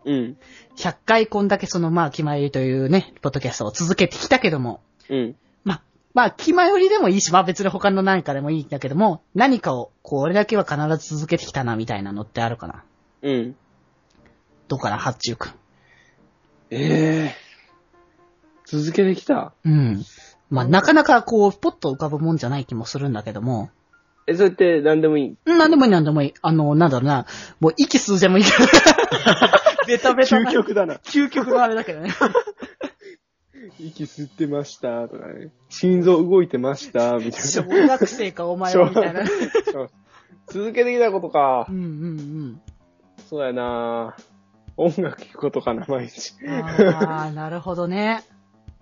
[SPEAKER 3] うん。
[SPEAKER 1] 100回こんだけそのまあ気前よりというね、ポッドキャストを続けてきたけども、
[SPEAKER 3] うん。
[SPEAKER 1] まあ、まあ、気前よりでもいいし、まあ別に他の何かでもいいんだけども、何かを、こう、俺だけは必ず続けてきたな、みたいなのってあるかな。
[SPEAKER 3] うん。
[SPEAKER 1] どうかな、八中くん。
[SPEAKER 3] ええ続けてきた。
[SPEAKER 1] うん。まあ、なかなかこう、ポッと浮かぶもんじゃない気もするんだけども、
[SPEAKER 3] え、それって何でもいい。
[SPEAKER 1] うんなんでもいいなんでもいい。あの、なんだろうな、もう息吸うじゃもいいから。ベタベタ
[SPEAKER 3] 究
[SPEAKER 1] な。
[SPEAKER 3] 極だな。
[SPEAKER 1] 究極のあれだけどね。
[SPEAKER 3] 息吸ってました、とかね。心臓動いてました、みた
[SPEAKER 1] 小
[SPEAKER 3] い
[SPEAKER 1] 学生か、お前は、みたいな。
[SPEAKER 3] な。 続けてきたことか
[SPEAKER 1] う。んうん
[SPEAKER 3] そうやな音楽聴くことかな、毎日。
[SPEAKER 1] うん。ああ、なるほどね。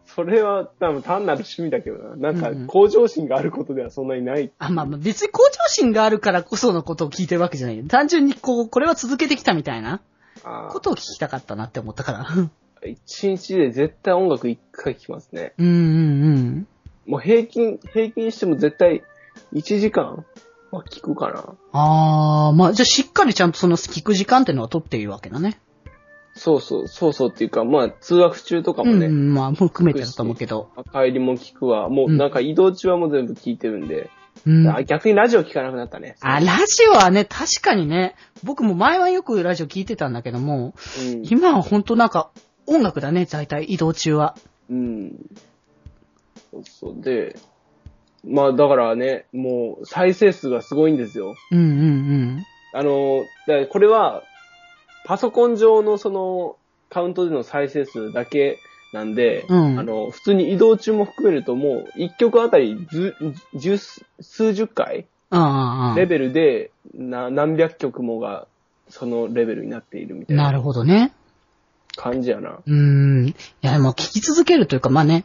[SPEAKER 3] それは多分単なる趣味だけどな。な
[SPEAKER 1] うんうんん
[SPEAKER 3] か、向上心があることではそんなにない。
[SPEAKER 1] あまあまあ、別に向上心があるからこそのことを聞いてるわけじゃないよ。単純にこう、これは続けてきたみたいな
[SPEAKER 3] あー
[SPEAKER 1] ことを聞きたかったなって思ったから。
[SPEAKER 3] 一日で絶対音楽一回聴きますね。
[SPEAKER 1] うんうんうん。
[SPEAKER 3] もう平均、平均しても絶対1時間は聴くかな。
[SPEAKER 1] ああ、まあ、じゃあしっかりちゃんとその聞く時間っていうのは取っているわけだね。
[SPEAKER 3] そうそう、そうそうっていうか、まあ通学中とかもね、
[SPEAKER 1] うんうん、まあ、もう含めてだと思うけど。
[SPEAKER 3] 帰りも聴くわ。もうなんか移動中はもう全部聴いてるんで、
[SPEAKER 1] うん。
[SPEAKER 3] あ逆にラジオ聴かなくなったね。
[SPEAKER 1] あ、ラジオはね、確かにね、僕も前はよくラジオ聞いてたんだけども、
[SPEAKER 3] うん
[SPEAKER 1] 今はほんとなんか音楽だね、大体移動中は。
[SPEAKER 3] うん。そうそう。で、まあだからね、もう再生数がすごいんですよ。
[SPEAKER 1] うんうん
[SPEAKER 3] あの、だからこれは、パソコン上のその、カウントでの再生数だけなんで、
[SPEAKER 1] うん
[SPEAKER 3] あの、普通に移動中も含めるともう、1曲あたりず、十、数十回
[SPEAKER 1] うん。ああ、あ
[SPEAKER 3] レベルで、な、何百曲もが、そのレベルになっているみ
[SPEAKER 1] あ
[SPEAKER 3] たい
[SPEAKER 1] な
[SPEAKER 3] な
[SPEAKER 1] るほどね。
[SPEAKER 3] 感じやな。
[SPEAKER 1] うーん。いや、でも聞き続けるというか、まあね、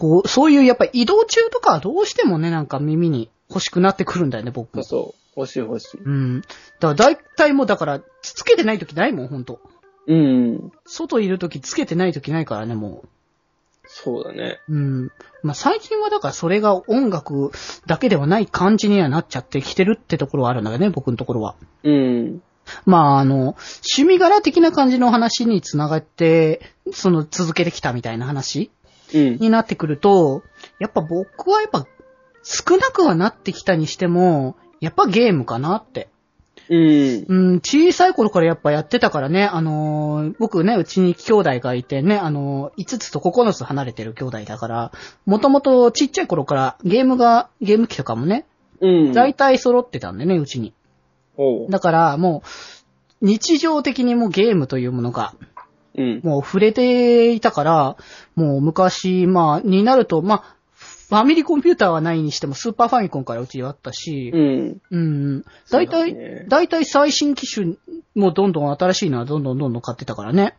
[SPEAKER 1] こうそういうやっぱり移動中とかはどうしてもね、なんか耳に欲しくなってくるんだよね、僕
[SPEAKER 3] そう。そう。欲しい欲しい。
[SPEAKER 1] うん。だから大体もうだから、つつけてない時ないもん、ほんと。
[SPEAKER 3] うん。
[SPEAKER 1] 外いる時つけてない時ないからね、もう。
[SPEAKER 3] そうだね。
[SPEAKER 1] うん。まあ、最近はだからそれが音楽だけではない感じにはなっちゃってきてるってところはあるんだよね、僕のところは。
[SPEAKER 3] うん。
[SPEAKER 1] まあ、あの、趣味柄的な感じの話につながって、その続けてきたみたいな話
[SPEAKER 3] うん。
[SPEAKER 1] になってくると、やっぱ僕はやっぱ少なくはなってきたにしても、やっぱゲームかなって。
[SPEAKER 3] うん。
[SPEAKER 1] うん、小さい頃からやっぱやってたからね、あのー僕ね、うちに兄弟がいてね、あのー5つと9つ離れてる兄弟だから、もともとちっちゃい頃からゲームが、ゲーム機とかもね、
[SPEAKER 3] うん。
[SPEAKER 1] 大体揃ってたんでね、うちに。
[SPEAKER 3] おう。
[SPEAKER 1] だからもう、日常的にもうゲームというものが、
[SPEAKER 3] うん。
[SPEAKER 1] もう触れていたから、もう昔、まあ、になると、まあ、ファミリーコンピューターはないにしても、スーパーファミコンからうちはあったし、
[SPEAKER 3] うん。
[SPEAKER 1] うん。大体、
[SPEAKER 3] そうだね
[SPEAKER 1] 大体最新機種もどんどん新しいのはどんどんどんどん買ってたからね。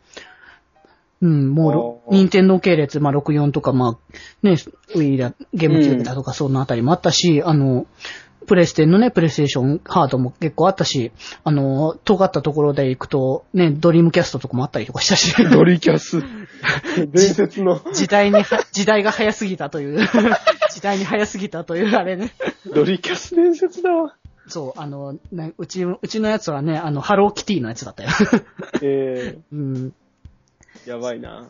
[SPEAKER 1] うん、もうろ、
[SPEAKER 3] あー
[SPEAKER 1] 任天堂系列、まあ64とか、まあ、ね、ウィーだ、ゲームキューブだとか、そんなあたりもあったし、あの、プレステのね、プレイステーションハードも結構あったし、あの、尖ったところで行くと、ね、ドリームキャストとかもあったりとかした し、
[SPEAKER 3] ドリキ ャス。伝説の
[SPEAKER 1] 時代には、時代が早すぎたという、 時代に早すぎたというあれね。
[SPEAKER 3] ドリキャス伝説だわ。
[SPEAKER 1] そう、あの、ね、うち、うちのやつはね、あの、ハローキティのやつだったよ。
[SPEAKER 3] え
[SPEAKER 1] うん。
[SPEAKER 3] えやばいな。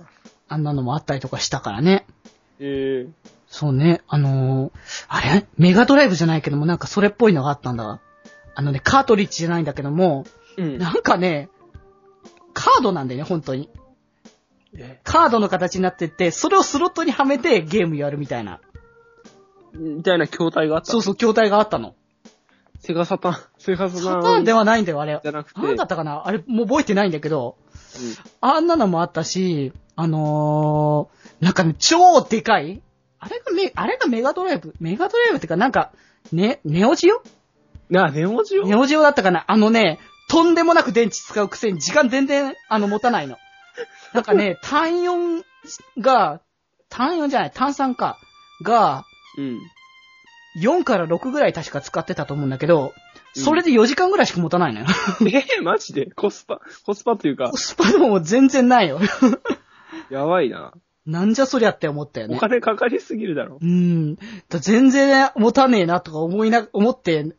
[SPEAKER 1] あんなのもあったりとかしたからね。
[SPEAKER 3] ええ
[SPEAKER 1] そうね、あのーあれメガドライブじゃないけども、なんかそれっぽいのがあったんだわ。あのね、カートリッジじゃないんだけども、
[SPEAKER 3] うん
[SPEAKER 1] なんかね、カードなんだよね、本当に。
[SPEAKER 3] え
[SPEAKER 1] カードの形になってて、それをスロットにはめてゲームやるみたいな。
[SPEAKER 3] みたいな筐体があった。
[SPEAKER 1] そうそう、筐体があったの。
[SPEAKER 3] セガサタン。セガサタ
[SPEAKER 1] サ
[SPEAKER 3] ン。
[SPEAKER 1] ターンではないんだよ、あれ。
[SPEAKER 3] じゃなくて
[SPEAKER 1] なんだったかなあれ、もう覚えてないんだけど、あんなのもあったし、あのー、なんかね、超でかいあれがメ、あれがメガドライブメガドライブってか、なんか、ね、ネオジオ
[SPEAKER 3] うんなあ、ネオ ジオ
[SPEAKER 1] ネオジオだったかなあのね、とんでもなく電池使うくせに時間全然、あの、持たないの。なんか ね、単4が、単4じゃない、単3か、が、
[SPEAKER 3] うん。
[SPEAKER 1] 4から6ぐらい確か使ってたと思うんだけど、それで4時間ぐらいしか持たない のよ。、
[SPEAKER 3] ええマジでコスパ、コスパというか
[SPEAKER 1] スパでも全然ないよ。
[SPEAKER 3] やばいな。
[SPEAKER 1] なんじゃそりゃって思ったよ
[SPEAKER 3] お
[SPEAKER 1] ね。
[SPEAKER 3] 金かかりすぎるだろ
[SPEAKER 1] う。ん。だ全然持たねえなとか思いな、思ってや、や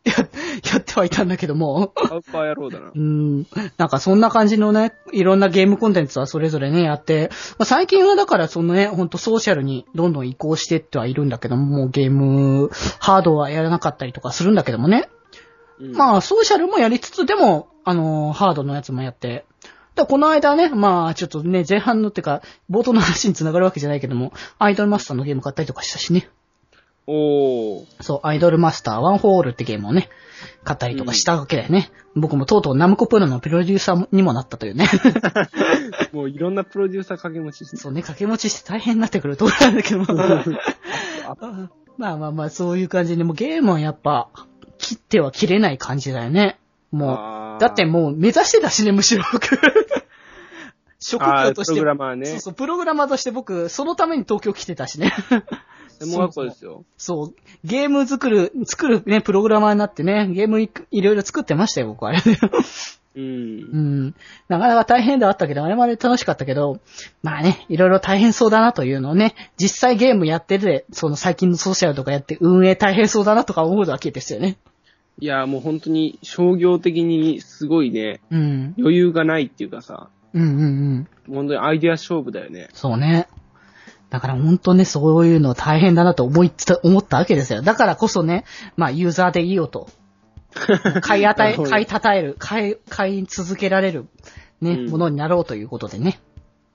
[SPEAKER 1] ってはいたんだけども。
[SPEAKER 3] ハウパー野郎だ な
[SPEAKER 1] う。ん。なんかそんな感じのね、いろんなゲームコンテンツはそれぞれね、やって、まあ、最近はだからそのね、ほんとソーシャルにどんどん移行してってはいるんだけども、もうゲーム、ハードはやらなかったりとかするんだけどもね。
[SPEAKER 3] あ。
[SPEAKER 1] まあソーシャルもやりつつ、でも、あのーハードのやつもやって。だからこの間ね、まあちょっとね、前半のってか、冒頭の話に繋がるわけじゃないけども、アイドルマスターのゲーム買ったりとかしたしね。
[SPEAKER 3] おー。
[SPEAKER 1] そう、アイドルマスターワンホールってゲームをね、買ったりとかしたわけだよね。僕もとうとうナムコプロのプロデューサーにもなったという ね。
[SPEAKER 3] もういろんなプロデューサー掛け持ちですね。
[SPEAKER 1] そうね、掛け持ちして大変になってくるところなんだけども。 まあまあまあ、そういう感じで、もうゲームはやっぱ、切っては切れない感じだよね。も
[SPEAKER 3] あ
[SPEAKER 1] う、
[SPEAKER 3] ー
[SPEAKER 1] だってもう目指してたしね、むしろ 僕。職
[SPEAKER 3] あ
[SPEAKER 1] 業
[SPEAKER 3] ー
[SPEAKER 1] と
[SPEAKER 3] プ
[SPEAKER 1] し
[SPEAKER 3] ロ
[SPEAKER 1] て
[SPEAKER 3] グ。ラマーね。
[SPEAKER 1] そうそう、プログラマーとして僕、そのために東京来てたし ね。
[SPEAKER 3] 専門学校ですよ。
[SPEAKER 1] そう、ゲーム作る、作るね、プログラマーになってね、ゲームいくいろいろ作ってましたよ、僕は。
[SPEAKER 3] うん
[SPEAKER 1] う。ん。なかなか大変ではあったけど、あれまで楽しかったけど、まあね、いろいろ大変そうだなというのをね、実際ゲームやってて、その最近のソーシャルとかやって運営大変そうだなとか思うわけですよね。
[SPEAKER 3] いや、もう本当に商業的にすごいね、
[SPEAKER 1] うん。
[SPEAKER 3] 余裕がないっていうかさ、
[SPEAKER 1] うんうんうん。
[SPEAKER 3] 本当にアイデア勝負だよね。
[SPEAKER 1] そうね。だから本当ね、そういうの大変だなと思いつた、思ったわけですよ。だからこそね、まあユーザーでいいよ と。買い与
[SPEAKER 3] な
[SPEAKER 1] え、
[SPEAKER 3] るほど
[SPEAKER 1] 買いたえる、買い、買い続けられる、ね、
[SPEAKER 3] うん
[SPEAKER 1] ものになろうということでね。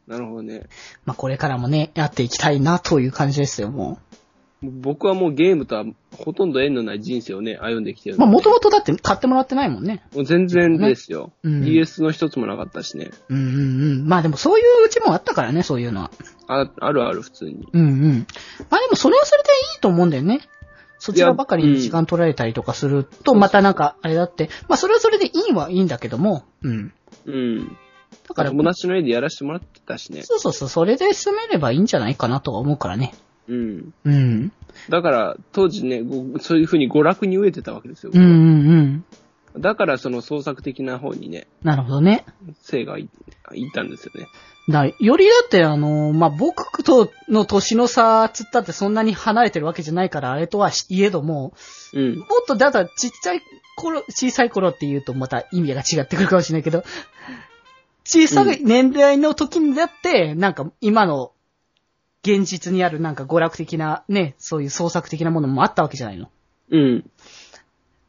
[SPEAKER 3] なるほどね。
[SPEAKER 1] まあこれからもね、やっていきたいなという感じですよ、もう。
[SPEAKER 3] 僕はもうゲームとはほとんど縁のない人生をね、歩んできてる
[SPEAKER 1] ま
[SPEAKER 3] の
[SPEAKER 1] あ、
[SPEAKER 3] で。
[SPEAKER 1] もともとだって買ってもらってないもんね。
[SPEAKER 3] もう全然ですよ。
[SPEAKER 1] うん
[SPEAKER 3] DS の一つもなかったしね。
[SPEAKER 1] うんうんうん。まあでもそういううちもあったからね、そういうのは。
[SPEAKER 3] ああるある、普通に。
[SPEAKER 1] うんうん。まあでもそれはそれでいいと思うんだよね。そちらばかりに時間取られたりとかすると、またなんか、あれだって、まあそれはそれでいいはいいんだけども、うん。
[SPEAKER 3] うん。
[SPEAKER 1] だから、
[SPEAKER 3] 友達の家でやらせてもらってたしね。
[SPEAKER 1] そうそうそう、それで済めればいいんじゃないかなとは思うからね。
[SPEAKER 3] うん。
[SPEAKER 1] うん。
[SPEAKER 3] だから、当時ね、ごそういう風に娯楽に飢えてたわけですよ。
[SPEAKER 1] うんうんうん。
[SPEAKER 3] だから、その創作的な方にね、
[SPEAKER 1] なるほどね。
[SPEAKER 3] 生がいいったんですよね。
[SPEAKER 1] だよりだって、あのーまあ、僕との年の差つったってそんなに離れてるわけじゃないから、あれとはいえども、
[SPEAKER 3] うん
[SPEAKER 1] も。っと、だから、ちっちゃい頃、小さい頃って言うとまた意味が違ってくるかもしれないけど、 小さい年代の時にだって、なんか今の現実にあるなんか娯楽的なね、そういう創作的なものもあったわけじゃないの。
[SPEAKER 3] うん。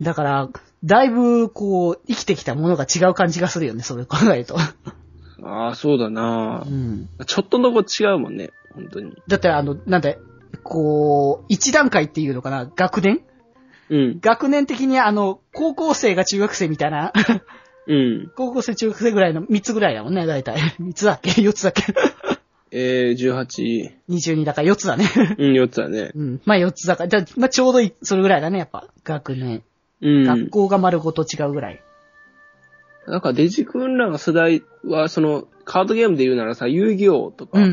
[SPEAKER 1] だから、だいぶこう、生きてきたものが違う感じがするよね、それ考えると。
[SPEAKER 3] ああ、そうだな
[SPEAKER 1] う、ん。
[SPEAKER 3] ちょっとのこ違うもんね、本当に。
[SPEAKER 1] だってあの、なんだこう、一段階っていうのかな、学年
[SPEAKER 3] うん。
[SPEAKER 1] 学年的にあの、高校生が中学生みたいな、
[SPEAKER 3] うん。
[SPEAKER 1] 高校生、中学生ぐらいの3つぐらいだもんね、大体。3つだ っけ ?4 つだっけ
[SPEAKER 3] えー、18。
[SPEAKER 1] ?22 だから4つだね。
[SPEAKER 3] うん、4つだね。
[SPEAKER 1] うん。まあ4つだから。じゃあまあちょうどいそれぐらいだね、やっぱ。学年。
[SPEAKER 3] うん。
[SPEAKER 1] 学校が丸ごと違うぐらい。
[SPEAKER 3] なんかデジ君らの世代は、その、カードゲームで言うならさ、遊戯王とか
[SPEAKER 1] うん、う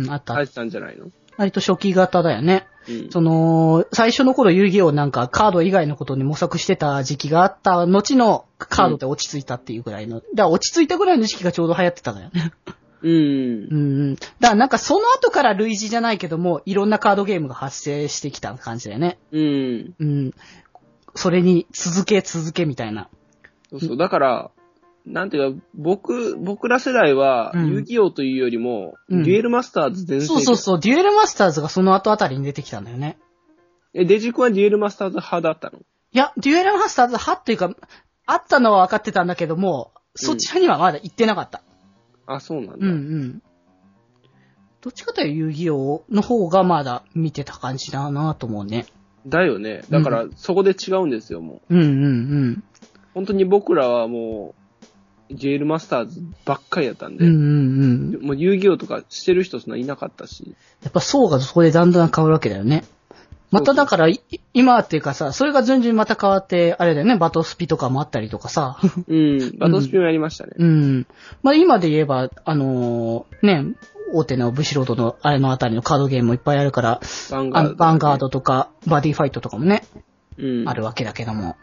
[SPEAKER 1] んうん。あった。
[SPEAKER 3] 入ってたんじゃないの、
[SPEAKER 1] 割と初期型だよね。
[SPEAKER 3] うん。
[SPEAKER 1] その、最初の頃遊戯王なんかカード以外のことに模索してた時期があった後のカードで落ち着いたっていうぐらいの。だから落ち着いたぐらいの時期がちょうど流行ってたのよね。
[SPEAKER 3] うん
[SPEAKER 1] う。んうん。だからなんかその後から類似じゃないけども、いろんなカードゲームが発生してきた感じだよね。
[SPEAKER 3] うん。
[SPEAKER 1] うん。それに続け続けみたいな。
[SPEAKER 3] そうそう。だから、なんていうか、僕、僕ら世代は、
[SPEAKER 1] うん
[SPEAKER 3] 遊戯王というよりも、
[SPEAKER 1] うん
[SPEAKER 3] デュエルマスターズ全盛期
[SPEAKER 1] そうそうそう、デュエルマスターズがその後あたりに出てきたんだよね。
[SPEAKER 3] え、デジ君はデュエルマスターズ派だったの
[SPEAKER 1] いや、デュエルマスターズ派っていうか、あったのは分かってたんだけども、そっち派にはまだ行ってなかった。
[SPEAKER 3] あ、そうなん
[SPEAKER 1] う
[SPEAKER 3] だ。
[SPEAKER 1] ん、うん、どっちかというと遊戯王の方がまだ見てた感じだなと思うね。
[SPEAKER 3] だよね。だから、そこで違うんですよ、もう。
[SPEAKER 1] うんうん
[SPEAKER 3] 本当に僕らはもう、デュエルマスターズばっかりだった
[SPEAKER 1] うん。
[SPEAKER 3] ん
[SPEAKER 1] う
[SPEAKER 3] で、
[SPEAKER 1] んうんうん。
[SPEAKER 3] もう遊戯王とかしてる人そんないなかったし。
[SPEAKER 1] やっぱ層がそこでだんだん変わるわけだよね。まただから、い今っていうかさ、それが順々にまた変わって、あれだよね、バトスピとかもあったりとかさ。
[SPEAKER 3] うん。バトスピンもやりましたね。
[SPEAKER 1] うん。まあ今で言えば、あのーね、大手のブシロードのあれのあたりのカードゲームもいっぱいあるから、
[SPEAKER 3] バンガ
[SPEAKER 1] あ
[SPEAKER 3] ード、
[SPEAKER 1] のバンガー。ドとか、バディファイトとかもね、
[SPEAKER 3] うん。
[SPEAKER 1] あるわけだけども。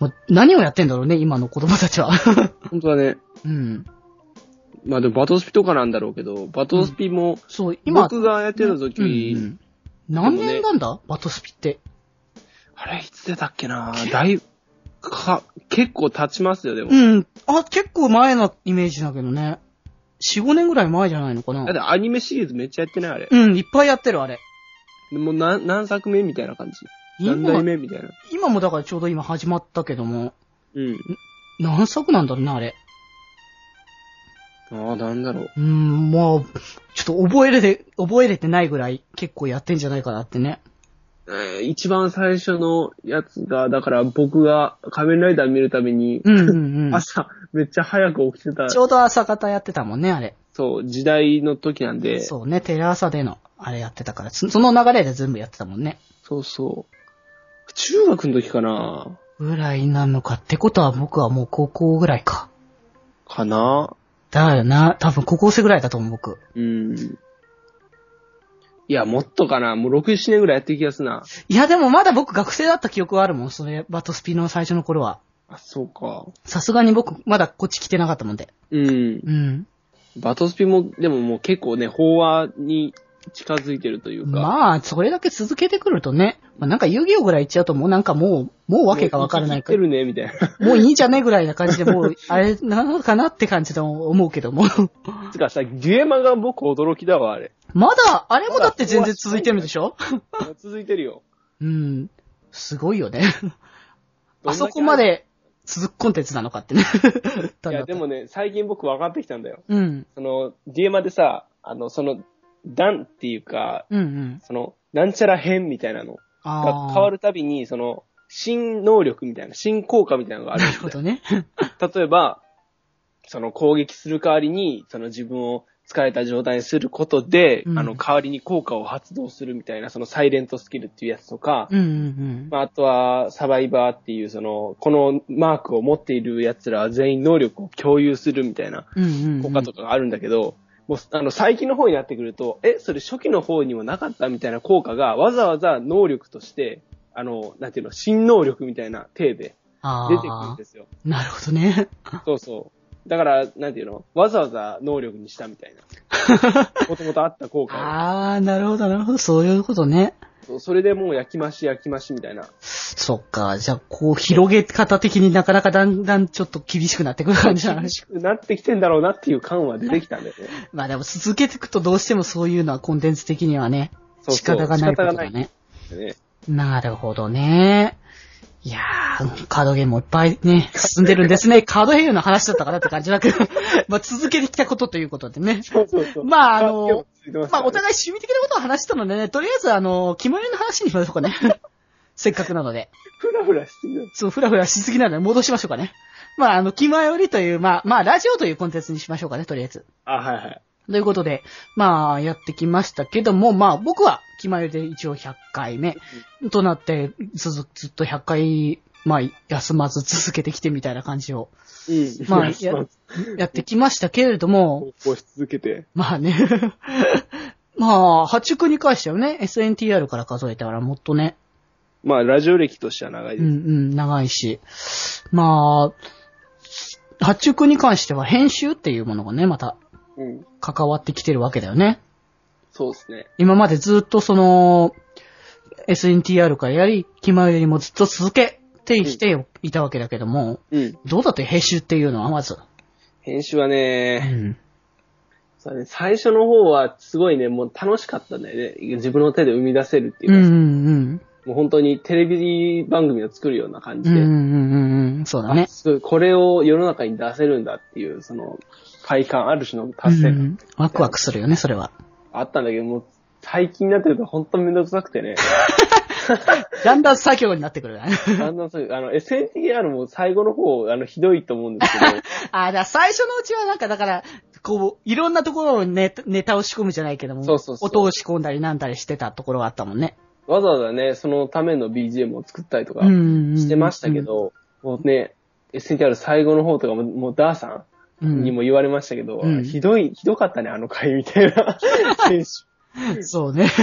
[SPEAKER 1] もう何をやってんだろうね、今の子供たちは。
[SPEAKER 3] 本当だね。
[SPEAKER 1] うん。
[SPEAKER 3] まあでもバトスピとかなんだろうけど、バトスピも、
[SPEAKER 1] そう、今、
[SPEAKER 3] 僕がやってた時、
[SPEAKER 1] うんうん何年なんだ、バトスピって。
[SPEAKER 3] あれ、いつ出たっけなだいぶ、か、結構経ちますよ、でも。
[SPEAKER 1] うん。あ、結構前のイメージだけどね。4、5年ぐらい前じゃないのかな
[SPEAKER 3] だってアニメシリーズめっちゃやってない、あれ。
[SPEAKER 1] うん、いっぱいやってる、あれ。
[SPEAKER 3] もう何何作目みたいな感じ。何
[SPEAKER 1] 今
[SPEAKER 3] 代、目みたいな。
[SPEAKER 1] 今もだからちょうど今始まったけども、
[SPEAKER 3] うん。
[SPEAKER 1] 何作なんだろうな、あれ。
[SPEAKER 3] ああ、なんだろう。
[SPEAKER 1] うーん、まあ、ちょっと覚えれて、覚えれてないぐらい結構やってんじゃないかなってね。
[SPEAKER 3] えー一番最初のやつが、だから僕が仮面ライダー見るために、
[SPEAKER 1] うんうんうん。
[SPEAKER 3] 朝めっちゃ早く起きてた
[SPEAKER 1] ち、ょうど朝方やってたもんね、あれ。
[SPEAKER 3] そう、時代の時なんで、
[SPEAKER 1] そうね、テレ朝での、あれやってたから、そその流れで全部やってたもんね。
[SPEAKER 3] そうそう。中学の時かな
[SPEAKER 1] ぐらいなのかってことは僕はもう高校ぐらいか。
[SPEAKER 3] かな
[SPEAKER 1] だよな、多分高校生ぐらいだと思う、僕。
[SPEAKER 3] うん。いや、もっとかな。もう6、7年ぐらいやってる気がするな。
[SPEAKER 1] いや、でもまだ僕学生だった記憶はあるもん、それ、バトスピの最初の頃は。
[SPEAKER 3] あ、そうか。
[SPEAKER 1] さすがに僕、まだこっち来てなかったもんで。
[SPEAKER 3] うん。
[SPEAKER 1] うん。
[SPEAKER 3] バトスピも、でももう結構ね、飽和に近づいてるというか。
[SPEAKER 1] まあ、それだけ続けてくるとね、まあ、なんか遊戯王ぐらい行っちゃうともうなんかもう、もうわけがわからないか
[SPEAKER 3] も
[SPEAKER 1] ら、
[SPEAKER 3] う生きてるね、みたい
[SPEAKER 1] もういいじゃねぐらいな感じで、もう、 あれなのかなって感じで思うけども。
[SPEAKER 3] な。 つかさ、デュエマが僕驚きだわ、あれ。
[SPEAKER 1] まだ、あれもだって全然続いてるでしょ
[SPEAKER 3] 続いてるよ。
[SPEAKER 1] うん。すごいよね。あそこま。で続くコンテンツなのかってね。
[SPEAKER 3] いや、でもね、最近僕分かってきたんだよ。
[SPEAKER 1] うん。
[SPEAKER 3] その、デュエマでさ、あの、その、段っていうか、
[SPEAKER 1] うんうん。
[SPEAKER 3] その、なんちゃら編みたいなの
[SPEAKER 1] あ
[SPEAKER 3] が
[SPEAKER 1] あ。
[SPEAKER 3] 変わるたびに、その、新能力みたいな、新効果みたいなのがあるん
[SPEAKER 1] なる
[SPEAKER 3] だよ
[SPEAKER 1] ほどね。
[SPEAKER 3] 例えば、その攻撃する代わりに、その自分を疲れた状態にすることで、
[SPEAKER 1] うん
[SPEAKER 3] あの、代わりに効果を発動するみたいな、そのサイレントスキルっていうやつとか、
[SPEAKER 1] うんうん
[SPEAKER 3] まあ、あとは、サバイバーっていう、その、このマークを持っている奴らは全員能力を共有するみたいな
[SPEAKER 1] うん。うんうんうん。
[SPEAKER 3] 効果とかがあるんだけど、もう、あの、最近の方になってくると、え、それ初期の方にもなかったみたいな効果が、わざわざ能力として、あの、なんていうの、新能力みたいな体で
[SPEAKER 1] あ
[SPEAKER 3] 出てくるん
[SPEAKER 1] あ
[SPEAKER 3] で。すよ。
[SPEAKER 1] なるほどね。
[SPEAKER 3] そうそう。だから、なんていうのわざわざ能力にしたみたいな。 もともとあった効果
[SPEAKER 1] ああ、なるほど、なるほど。そういうことね。
[SPEAKER 3] をそうそれでもう焼き増し焼き増しみたいな。
[SPEAKER 1] そっか。じゃあ、こう、広げ方的になかなかだんだんちょっと厳しくなってくる感じなのね
[SPEAKER 3] 厳しくなってきてんだろうなっていう感は出てきたんだよね。
[SPEAKER 1] まあでも続けていくとどうしてもそういうのはコンテンツ的にはね、
[SPEAKER 3] そうそう
[SPEAKER 1] 仕方がないこと
[SPEAKER 3] 仕
[SPEAKER 1] だ
[SPEAKER 3] 方がな
[SPEAKER 1] ね。
[SPEAKER 3] ね
[SPEAKER 1] なるほどね。いやー、カードゲームもいっぱいね、進んでるんです ね。カードゲームの話だったかなって感じだけど、まあ続けてきたことということでね。
[SPEAKER 3] そうそうそう。
[SPEAKER 1] まああの
[SPEAKER 3] 手をついてます
[SPEAKER 1] ま
[SPEAKER 3] か
[SPEAKER 1] あ
[SPEAKER 3] ら
[SPEAKER 1] お
[SPEAKER 3] ね
[SPEAKER 1] 互い趣味的なことを話したのでね、とりあえずあの、決まりの話にしましょうか ね。せっかくなので。
[SPEAKER 3] ふらふらしすぎる。
[SPEAKER 1] そう、ふらふらしすぎなので戻しましょうかね。まああの、気前よりという、まあ、まあラジオというコンテンツにしましょうかね、とりあえず。
[SPEAKER 3] あ、はいはい。
[SPEAKER 1] ということで、まあ、やってきましたけども、まあ、僕は、気前で一応100回目となって、ずずずっと100回、まあ、休まず続けてきてみたいな感じを
[SPEAKER 3] うん。
[SPEAKER 1] まあ
[SPEAKER 3] いや
[SPEAKER 1] いややってきましたけれども、
[SPEAKER 3] 投稿し続けて。
[SPEAKER 1] まあね。 まあ、破竹に関してはね、SNTR から数えたらもっとね、
[SPEAKER 3] まあ、ラジオ歴としては長いうです。
[SPEAKER 1] んうん、長いし。まあ、破竹に関しては編集っていうものがね、また
[SPEAKER 3] うん。
[SPEAKER 1] 関わってきてるわけだよね。
[SPEAKER 3] そうですね。
[SPEAKER 1] 今までずっとその、SNTR からやり、気前よりもずっと続けてきていたわけだけども、
[SPEAKER 3] うん。
[SPEAKER 1] どうだって編集っていうのはまず。
[SPEAKER 3] 編集は
[SPEAKER 1] う
[SPEAKER 3] ね、
[SPEAKER 1] ん。
[SPEAKER 3] そうね最初の方はすごいね、もう楽しかったんだよね。自分の手で生み出せるっていううんか
[SPEAKER 1] う
[SPEAKER 3] さ
[SPEAKER 1] ん
[SPEAKER 3] もう本当にテレビ番組を作るような感
[SPEAKER 1] うん。う
[SPEAKER 3] じ
[SPEAKER 1] ん
[SPEAKER 3] で、
[SPEAKER 1] うんうんうん。そうだね
[SPEAKER 3] あ。すごい、これを世の中に出せるんだっていう、その、快感、ある種の達成
[SPEAKER 1] うんう
[SPEAKER 3] 感
[SPEAKER 1] んワクワクするよね、それは。
[SPEAKER 3] あったんだけど、もう、最近になってると本当めんどくさくて ね、
[SPEAKER 1] だんだん作業になってくるね。
[SPEAKER 3] だんだんそういう、あの、SNTR も最後の方、あの、ひどいと思う んですけど、
[SPEAKER 1] ああ、だから最初のうちはなんかだから、こう、いろんなところにネタネタを仕込むじゃないけども、
[SPEAKER 3] そうそうそう
[SPEAKER 1] 音を仕込んだりなんだりしてたところがあったもんね。
[SPEAKER 3] わざわざね、そのための BGM を作ったりとか
[SPEAKER 1] うんうんうん。
[SPEAKER 3] してましたけど、もうね、SNTR 最後の方とかも、もうダーさ
[SPEAKER 1] うんん、
[SPEAKER 3] にも言われましたけど、
[SPEAKER 1] うん
[SPEAKER 3] ひどい、ひどかったね、あの回みたい な選手。
[SPEAKER 1] そうね。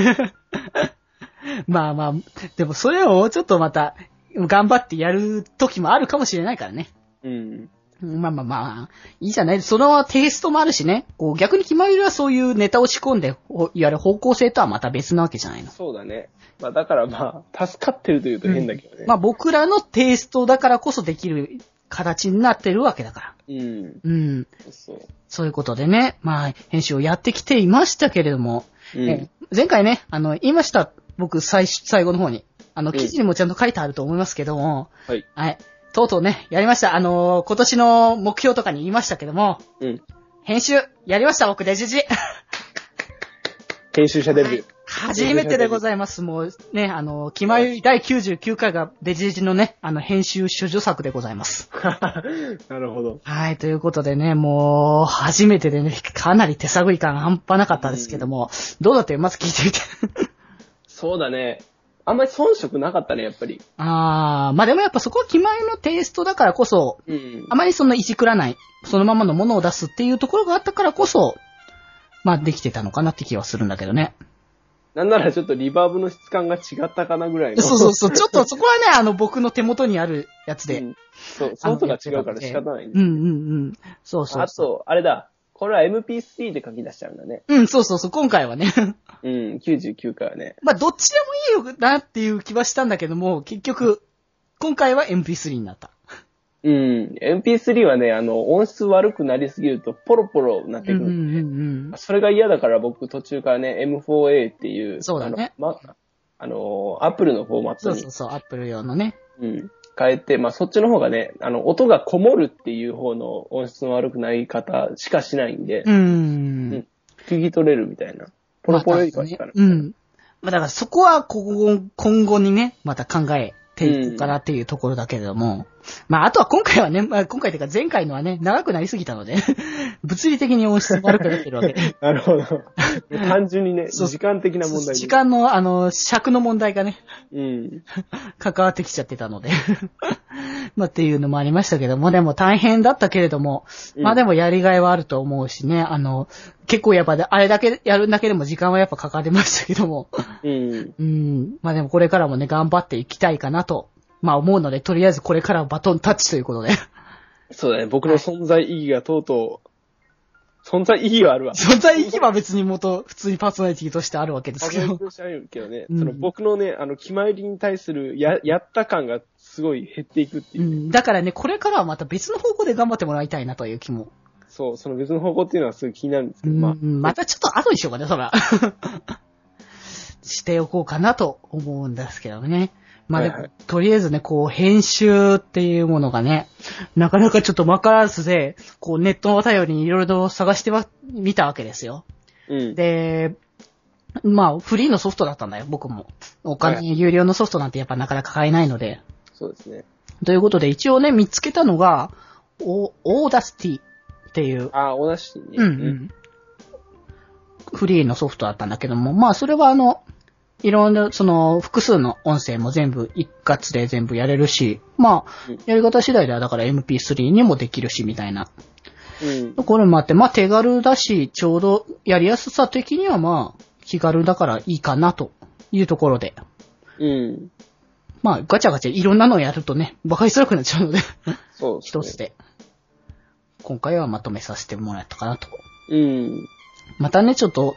[SPEAKER 1] まあまあ、でもそれをちょっとまた、頑張ってやる時もあるかもしれないからね。
[SPEAKER 3] うん。
[SPEAKER 1] まあまあまあ、いいじゃないそのテイストもあるしね。こう逆に決まりはそういうネタを仕込んで、おやる方向性とはまた別なわけじゃないの。
[SPEAKER 3] そうだね。まあだからまあ、助かってるというと変だけどね。
[SPEAKER 1] まあ僕らのテイストだからこそできる形になってるわけだから。
[SPEAKER 3] うん。
[SPEAKER 1] うん。
[SPEAKER 3] そう。
[SPEAKER 1] そういうことでね、まあ編集をやってきていましたけれども、
[SPEAKER 3] うん
[SPEAKER 1] え。前回ね、あの、言いました。僕、最初、最後の方に。あの、
[SPEAKER 3] うん
[SPEAKER 1] 記事にもちゃんと書いてあると思いますけども、
[SPEAKER 3] はい。
[SPEAKER 1] はい。とうとうね、やりました。あのー今年の目標とかに言いましたけども、
[SPEAKER 3] うん。
[SPEAKER 1] 編集、やりました、僕、デジジ。
[SPEAKER 3] 編集者デビュー。
[SPEAKER 1] は初めてでございます。もうね、あの、気まゆい第99回がデジデジのね、あの、編集処女作でございます。
[SPEAKER 3] なるほど。
[SPEAKER 1] はい、ということでね、もう、初めてでね、かなり手探り感半端なかったですけども、どうだってまず聞いてみて。
[SPEAKER 3] そうだね。あんまり遜色なかったね、やっぱり。
[SPEAKER 1] あー、まあでもやっぱそこは気前のテイストだからこそ、
[SPEAKER 3] うん
[SPEAKER 1] あ。まりそのいじくらない、そのままのものを出すっていうところがあったからこそ、まあできてたのかなって気はするんだけど ね。
[SPEAKER 3] なんならちょっとリバーブの質感が違ったかなぐらいの。
[SPEAKER 1] そうそうそう、ちょっとそこはね、あの僕の手元にあるやつ
[SPEAKER 3] う
[SPEAKER 1] で。
[SPEAKER 3] んそう、ソフトが違うから仕方ないね
[SPEAKER 1] うんうんうん。そうそう
[SPEAKER 3] あと、あれだ。これは MP3 で書き出しちゃうんだね。
[SPEAKER 1] うん、そうそうそう、今回はね。
[SPEAKER 3] うん、99回はね。
[SPEAKER 1] まあ、どっちでもいいよなっていう気はしたんだけども、結局、今回は MP3 になった。
[SPEAKER 3] うん、MP3 はね、あの、音質悪くなりすぎるとポロポロなって
[SPEAKER 1] う
[SPEAKER 3] く
[SPEAKER 1] ん
[SPEAKER 3] る。
[SPEAKER 1] うんうん
[SPEAKER 3] それが嫌だから僕途中からね、M4A っていう、
[SPEAKER 1] そうだね
[SPEAKER 3] あの、ま、あの、アップルのフォーマッ
[SPEAKER 1] そ
[SPEAKER 3] ト
[SPEAKER 1] う
[SPEAKER 3] に
[SPEAKER 1] そうそう、Apple 用のね。
[SPEAKER 3] うん変えて、まあそっちの方がね、あの、音がこもるっていう方の音質の悪くない方しかしないんで、
[SPEAKER 1] う
[SPEAKER 3] うん
[SPEAKER 1] ん。
[SPEAKER 3] 聞き取れるみたいな。ポロポロよりかはしか
[SPEAKER 1] ま
[SPEAKER 3] な
[SPEAKER 1] あ
[SPEAKER 3] い。
[SPEAKER 1] うん。まあ、だからそこは今後、今後にね、また考えていこうかなっていうところだけれども。まあ、あとは今回はね、まあ、今回というか前回のはね、長くなりすぎたので、 物理的に音質悪くなってるわけで。
[SPEAKER 3] なるほど。単純にね、
[SPEAKER 1] そう
[SPEAKER 3] 時間的な 問題で
[SPEAKER 1] 時間の、あの、尺の問題がね、
[SPEAKER 3] うん。
[SPEAKER 1] 関わってきちゃってたので。 まあっていうのもありましたけども、でも大変だったけれども、まあでもやりがいはあると思うしね、あの、結構やっぱねあれだけやるだけでも時間はやっぱかかりましたけども、
[SPEAKER 3] うん。
[SPEAKER 1] うん、まあでもこれからもね、頑張っていきたいかなと、まあ思うので、とりあえずこれからはバトンタッチということで、
[SPEAKER 3] そうだね、僕の存在意義がとうとう、存在意義はあるわ。
[SPEAKER 1] 存在意義は別に元、普通にパーソナリティとしてあるわけですけど、
[SPEAKER 3] しるけどね、
[SPEAKER 1] うん
[SPEAKER 3] その僕のね、あの、決まりに対するや、やった感がすごい減っていくっていうう。
[SPEAKER 1] ん、だからね、これからはまた別の方向で頑張ってもらいたいなという気も、
[SPEAKER 3] そう、その別の方向っていうのはすごい気になるんですけ
[SPEAKER 1] う
[SPEAKER 3] ど、
[SPEAKER 1] ん
[SPEAKER 3] まあ、
[SPEAKER 1] またちょっと後にしようかね、そら。 しておこうかなと思うんですけどね。まあでも、
[SPEAKER 3] はいはい
[SPEAKER 1] とりあえずね、こう、編集っていうものがね、なかなかちょっと分からずで、こう、ネットを頼りにいろいろと探しては、見たわけですよ。
[SPEAKER 3] うん。
[SPEAKER 1] で、まあ、フリーのソフトだったんだよ、僕も。お金、
[SPEAKER 3] は
[SPEAKER 1] 有料のソフトなんてやっぱなかなか買えないので。
[SPEAKER 3] そうですね。
[SPEAKER 1] ということで、一応ね、見つけたのが、オオーダーシティっていう、
[SPEAKER 3] ああ、同じにね。
[SPEAKER 1] うんうん。フリーのソフトだったんだけども、まあそれはあの、いろんな、その、複数の音声も全部一括で全部やれるし、まあ
[SPEAKER 3] うん、
[SPEAKER 1] やり方次第ではだから MP3 にもできるし、みたいな
[SPEAKER 3] うん。
[SPEAKER 1] ところもあって、まあ手軽だし、ちょうどやりやすさ的にはまあ、気軽だからいいかな、というところで。
[SPEAKER 3] うん。
[SPEAKER 1] まあ、ガチャガチャいろんなのをやるとね、馬鹿にしづらくなっちゃうので、
[SPEAKER 3] そうです
[SPEAKER 1] 一
[SPEAKER 3] ね
[SPEAKER 1] つ。で。今回はまとめさせてもらったかなと
[SPEAKER 3] うん。
[SPEAKER 1] またね、ちょっと、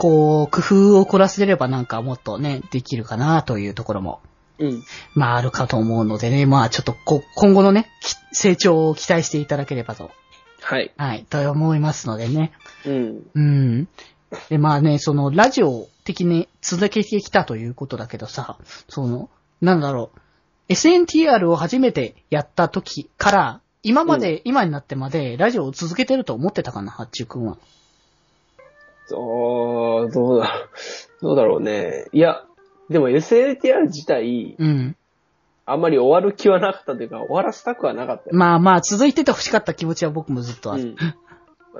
[SPEAKER 1] こう、工夫を凝らせればなんかもっとね、できるかなというところも、
[SPEAKER 3] うん。
[SPEAKER 1] まああるかと思うのでね、まあちょっとこ、今後のね、き成長を期待していただければと、
[SPEAKER 3] はい。
[SPEAKER 1] はい、と思いますのでね。
[SPEAKER 3] うん。
[SPEAKER 1] うん。で、まあね、その、ラジオ的に続けてきたということだけどさ、その、なんだろう、SNTR を初めてやった時から、今まで、今になってまで、ラジオを続けてると思ってたかな、ハッチュ君は。
[SPEAKER 3] どう、どうだろう。どうだろうね。いや、でも SLTR 自体、
[SPEAKER 1] うん。
[SPEAKER 3] あんまり終わる気はなかったというか、終わらせたくはなかったよ。
[SPEAKER 1] まあまあ、続いてて欲しかった気持ちは僕もずっとあ
[SPEAKER 3] う
[SPEAKER 1] る。
[SPEAKER 3] ん。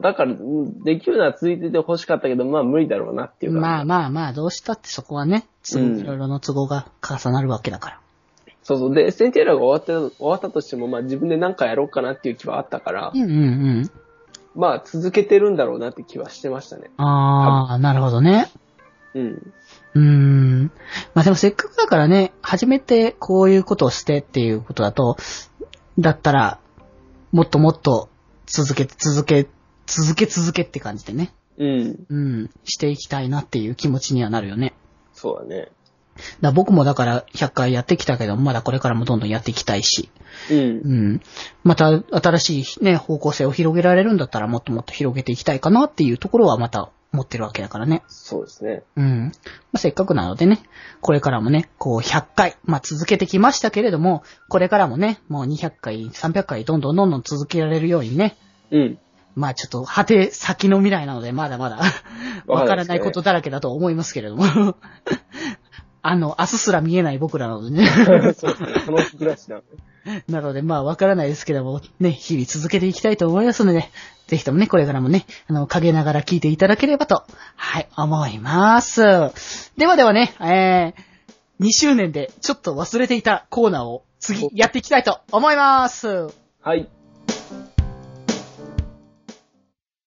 [SPEAKER 3] だから、うんできるのはついてて欲しかったけど、まあ無理だろうなっていうか。
[SPEAKER 1] まあまあまあ、どうしたってそこはね、都合
[SPEAKER 3] うん
[SPEAKER 1] いろいろの都合が重なるわけだから。
[SPEAKER 3] そうそう。で、SNTR が終わった、終わったとしても、まあ自分で何かやろうかなっていう気はあったから、
[SPEAKER 1] うんうんうん。
[SPEAKER 3] まあ続けてるんだろうなって気はしてましたね。
[SPEAKER 1] ああ、なるほどね。
[SPEAKER 3] うん。
[SPEAKER 1] うーん。まあでもせっかくだからね、初めてこういうことをしてっていうことだと、だったら、もっともっと続け、続け、続け続けって感じでね。
[SPEAKER 3] うん。
[SPEAKER 1] うん。していきたいなっていう気持ちにはなるよね。
[SPEAKER 3] そうだね。
[SPEAKER 1] だから僕もだから100回やってきたけど、まだこれからもどんどんやっていきたいし。
[SPEAKER 3] うん
[SPEAKER 1] う。ん。また新しいね、方向性を広げられるんだったらもっともっと広げていきたいかなっていうところはまた持ってるわけだからね。
[SPEAKER 3] そうですね。
[SPEAKER 1] うん。まあ、せっかくなのでね、これからもね、こう100回、まあ続けてきましたけれども、これからもね、もう200回、300回どんどんどんどん続けられるようにね、
[SPEAKER 3] うん。
[SPEAKER 1] まあちょっと果て先の未来なので、まだまだわからないことだらけだと思いますけれども。 あの、明日すら見えない僕らなのでね。
[SPEAKER 3] そうですね。楽しい暮らしな。
[SPEAKER 1] なので、まあ、わからないですけども、ね、日々続けていきたいと思いますので、ぜひともね、これからもね、あの、陰ながら聞いていただければと、はい、思います。ではではね、えー、2周年でちょっと忘れていたコーナーを次やっていきたいと思います。
[SPEAKER 3] はい。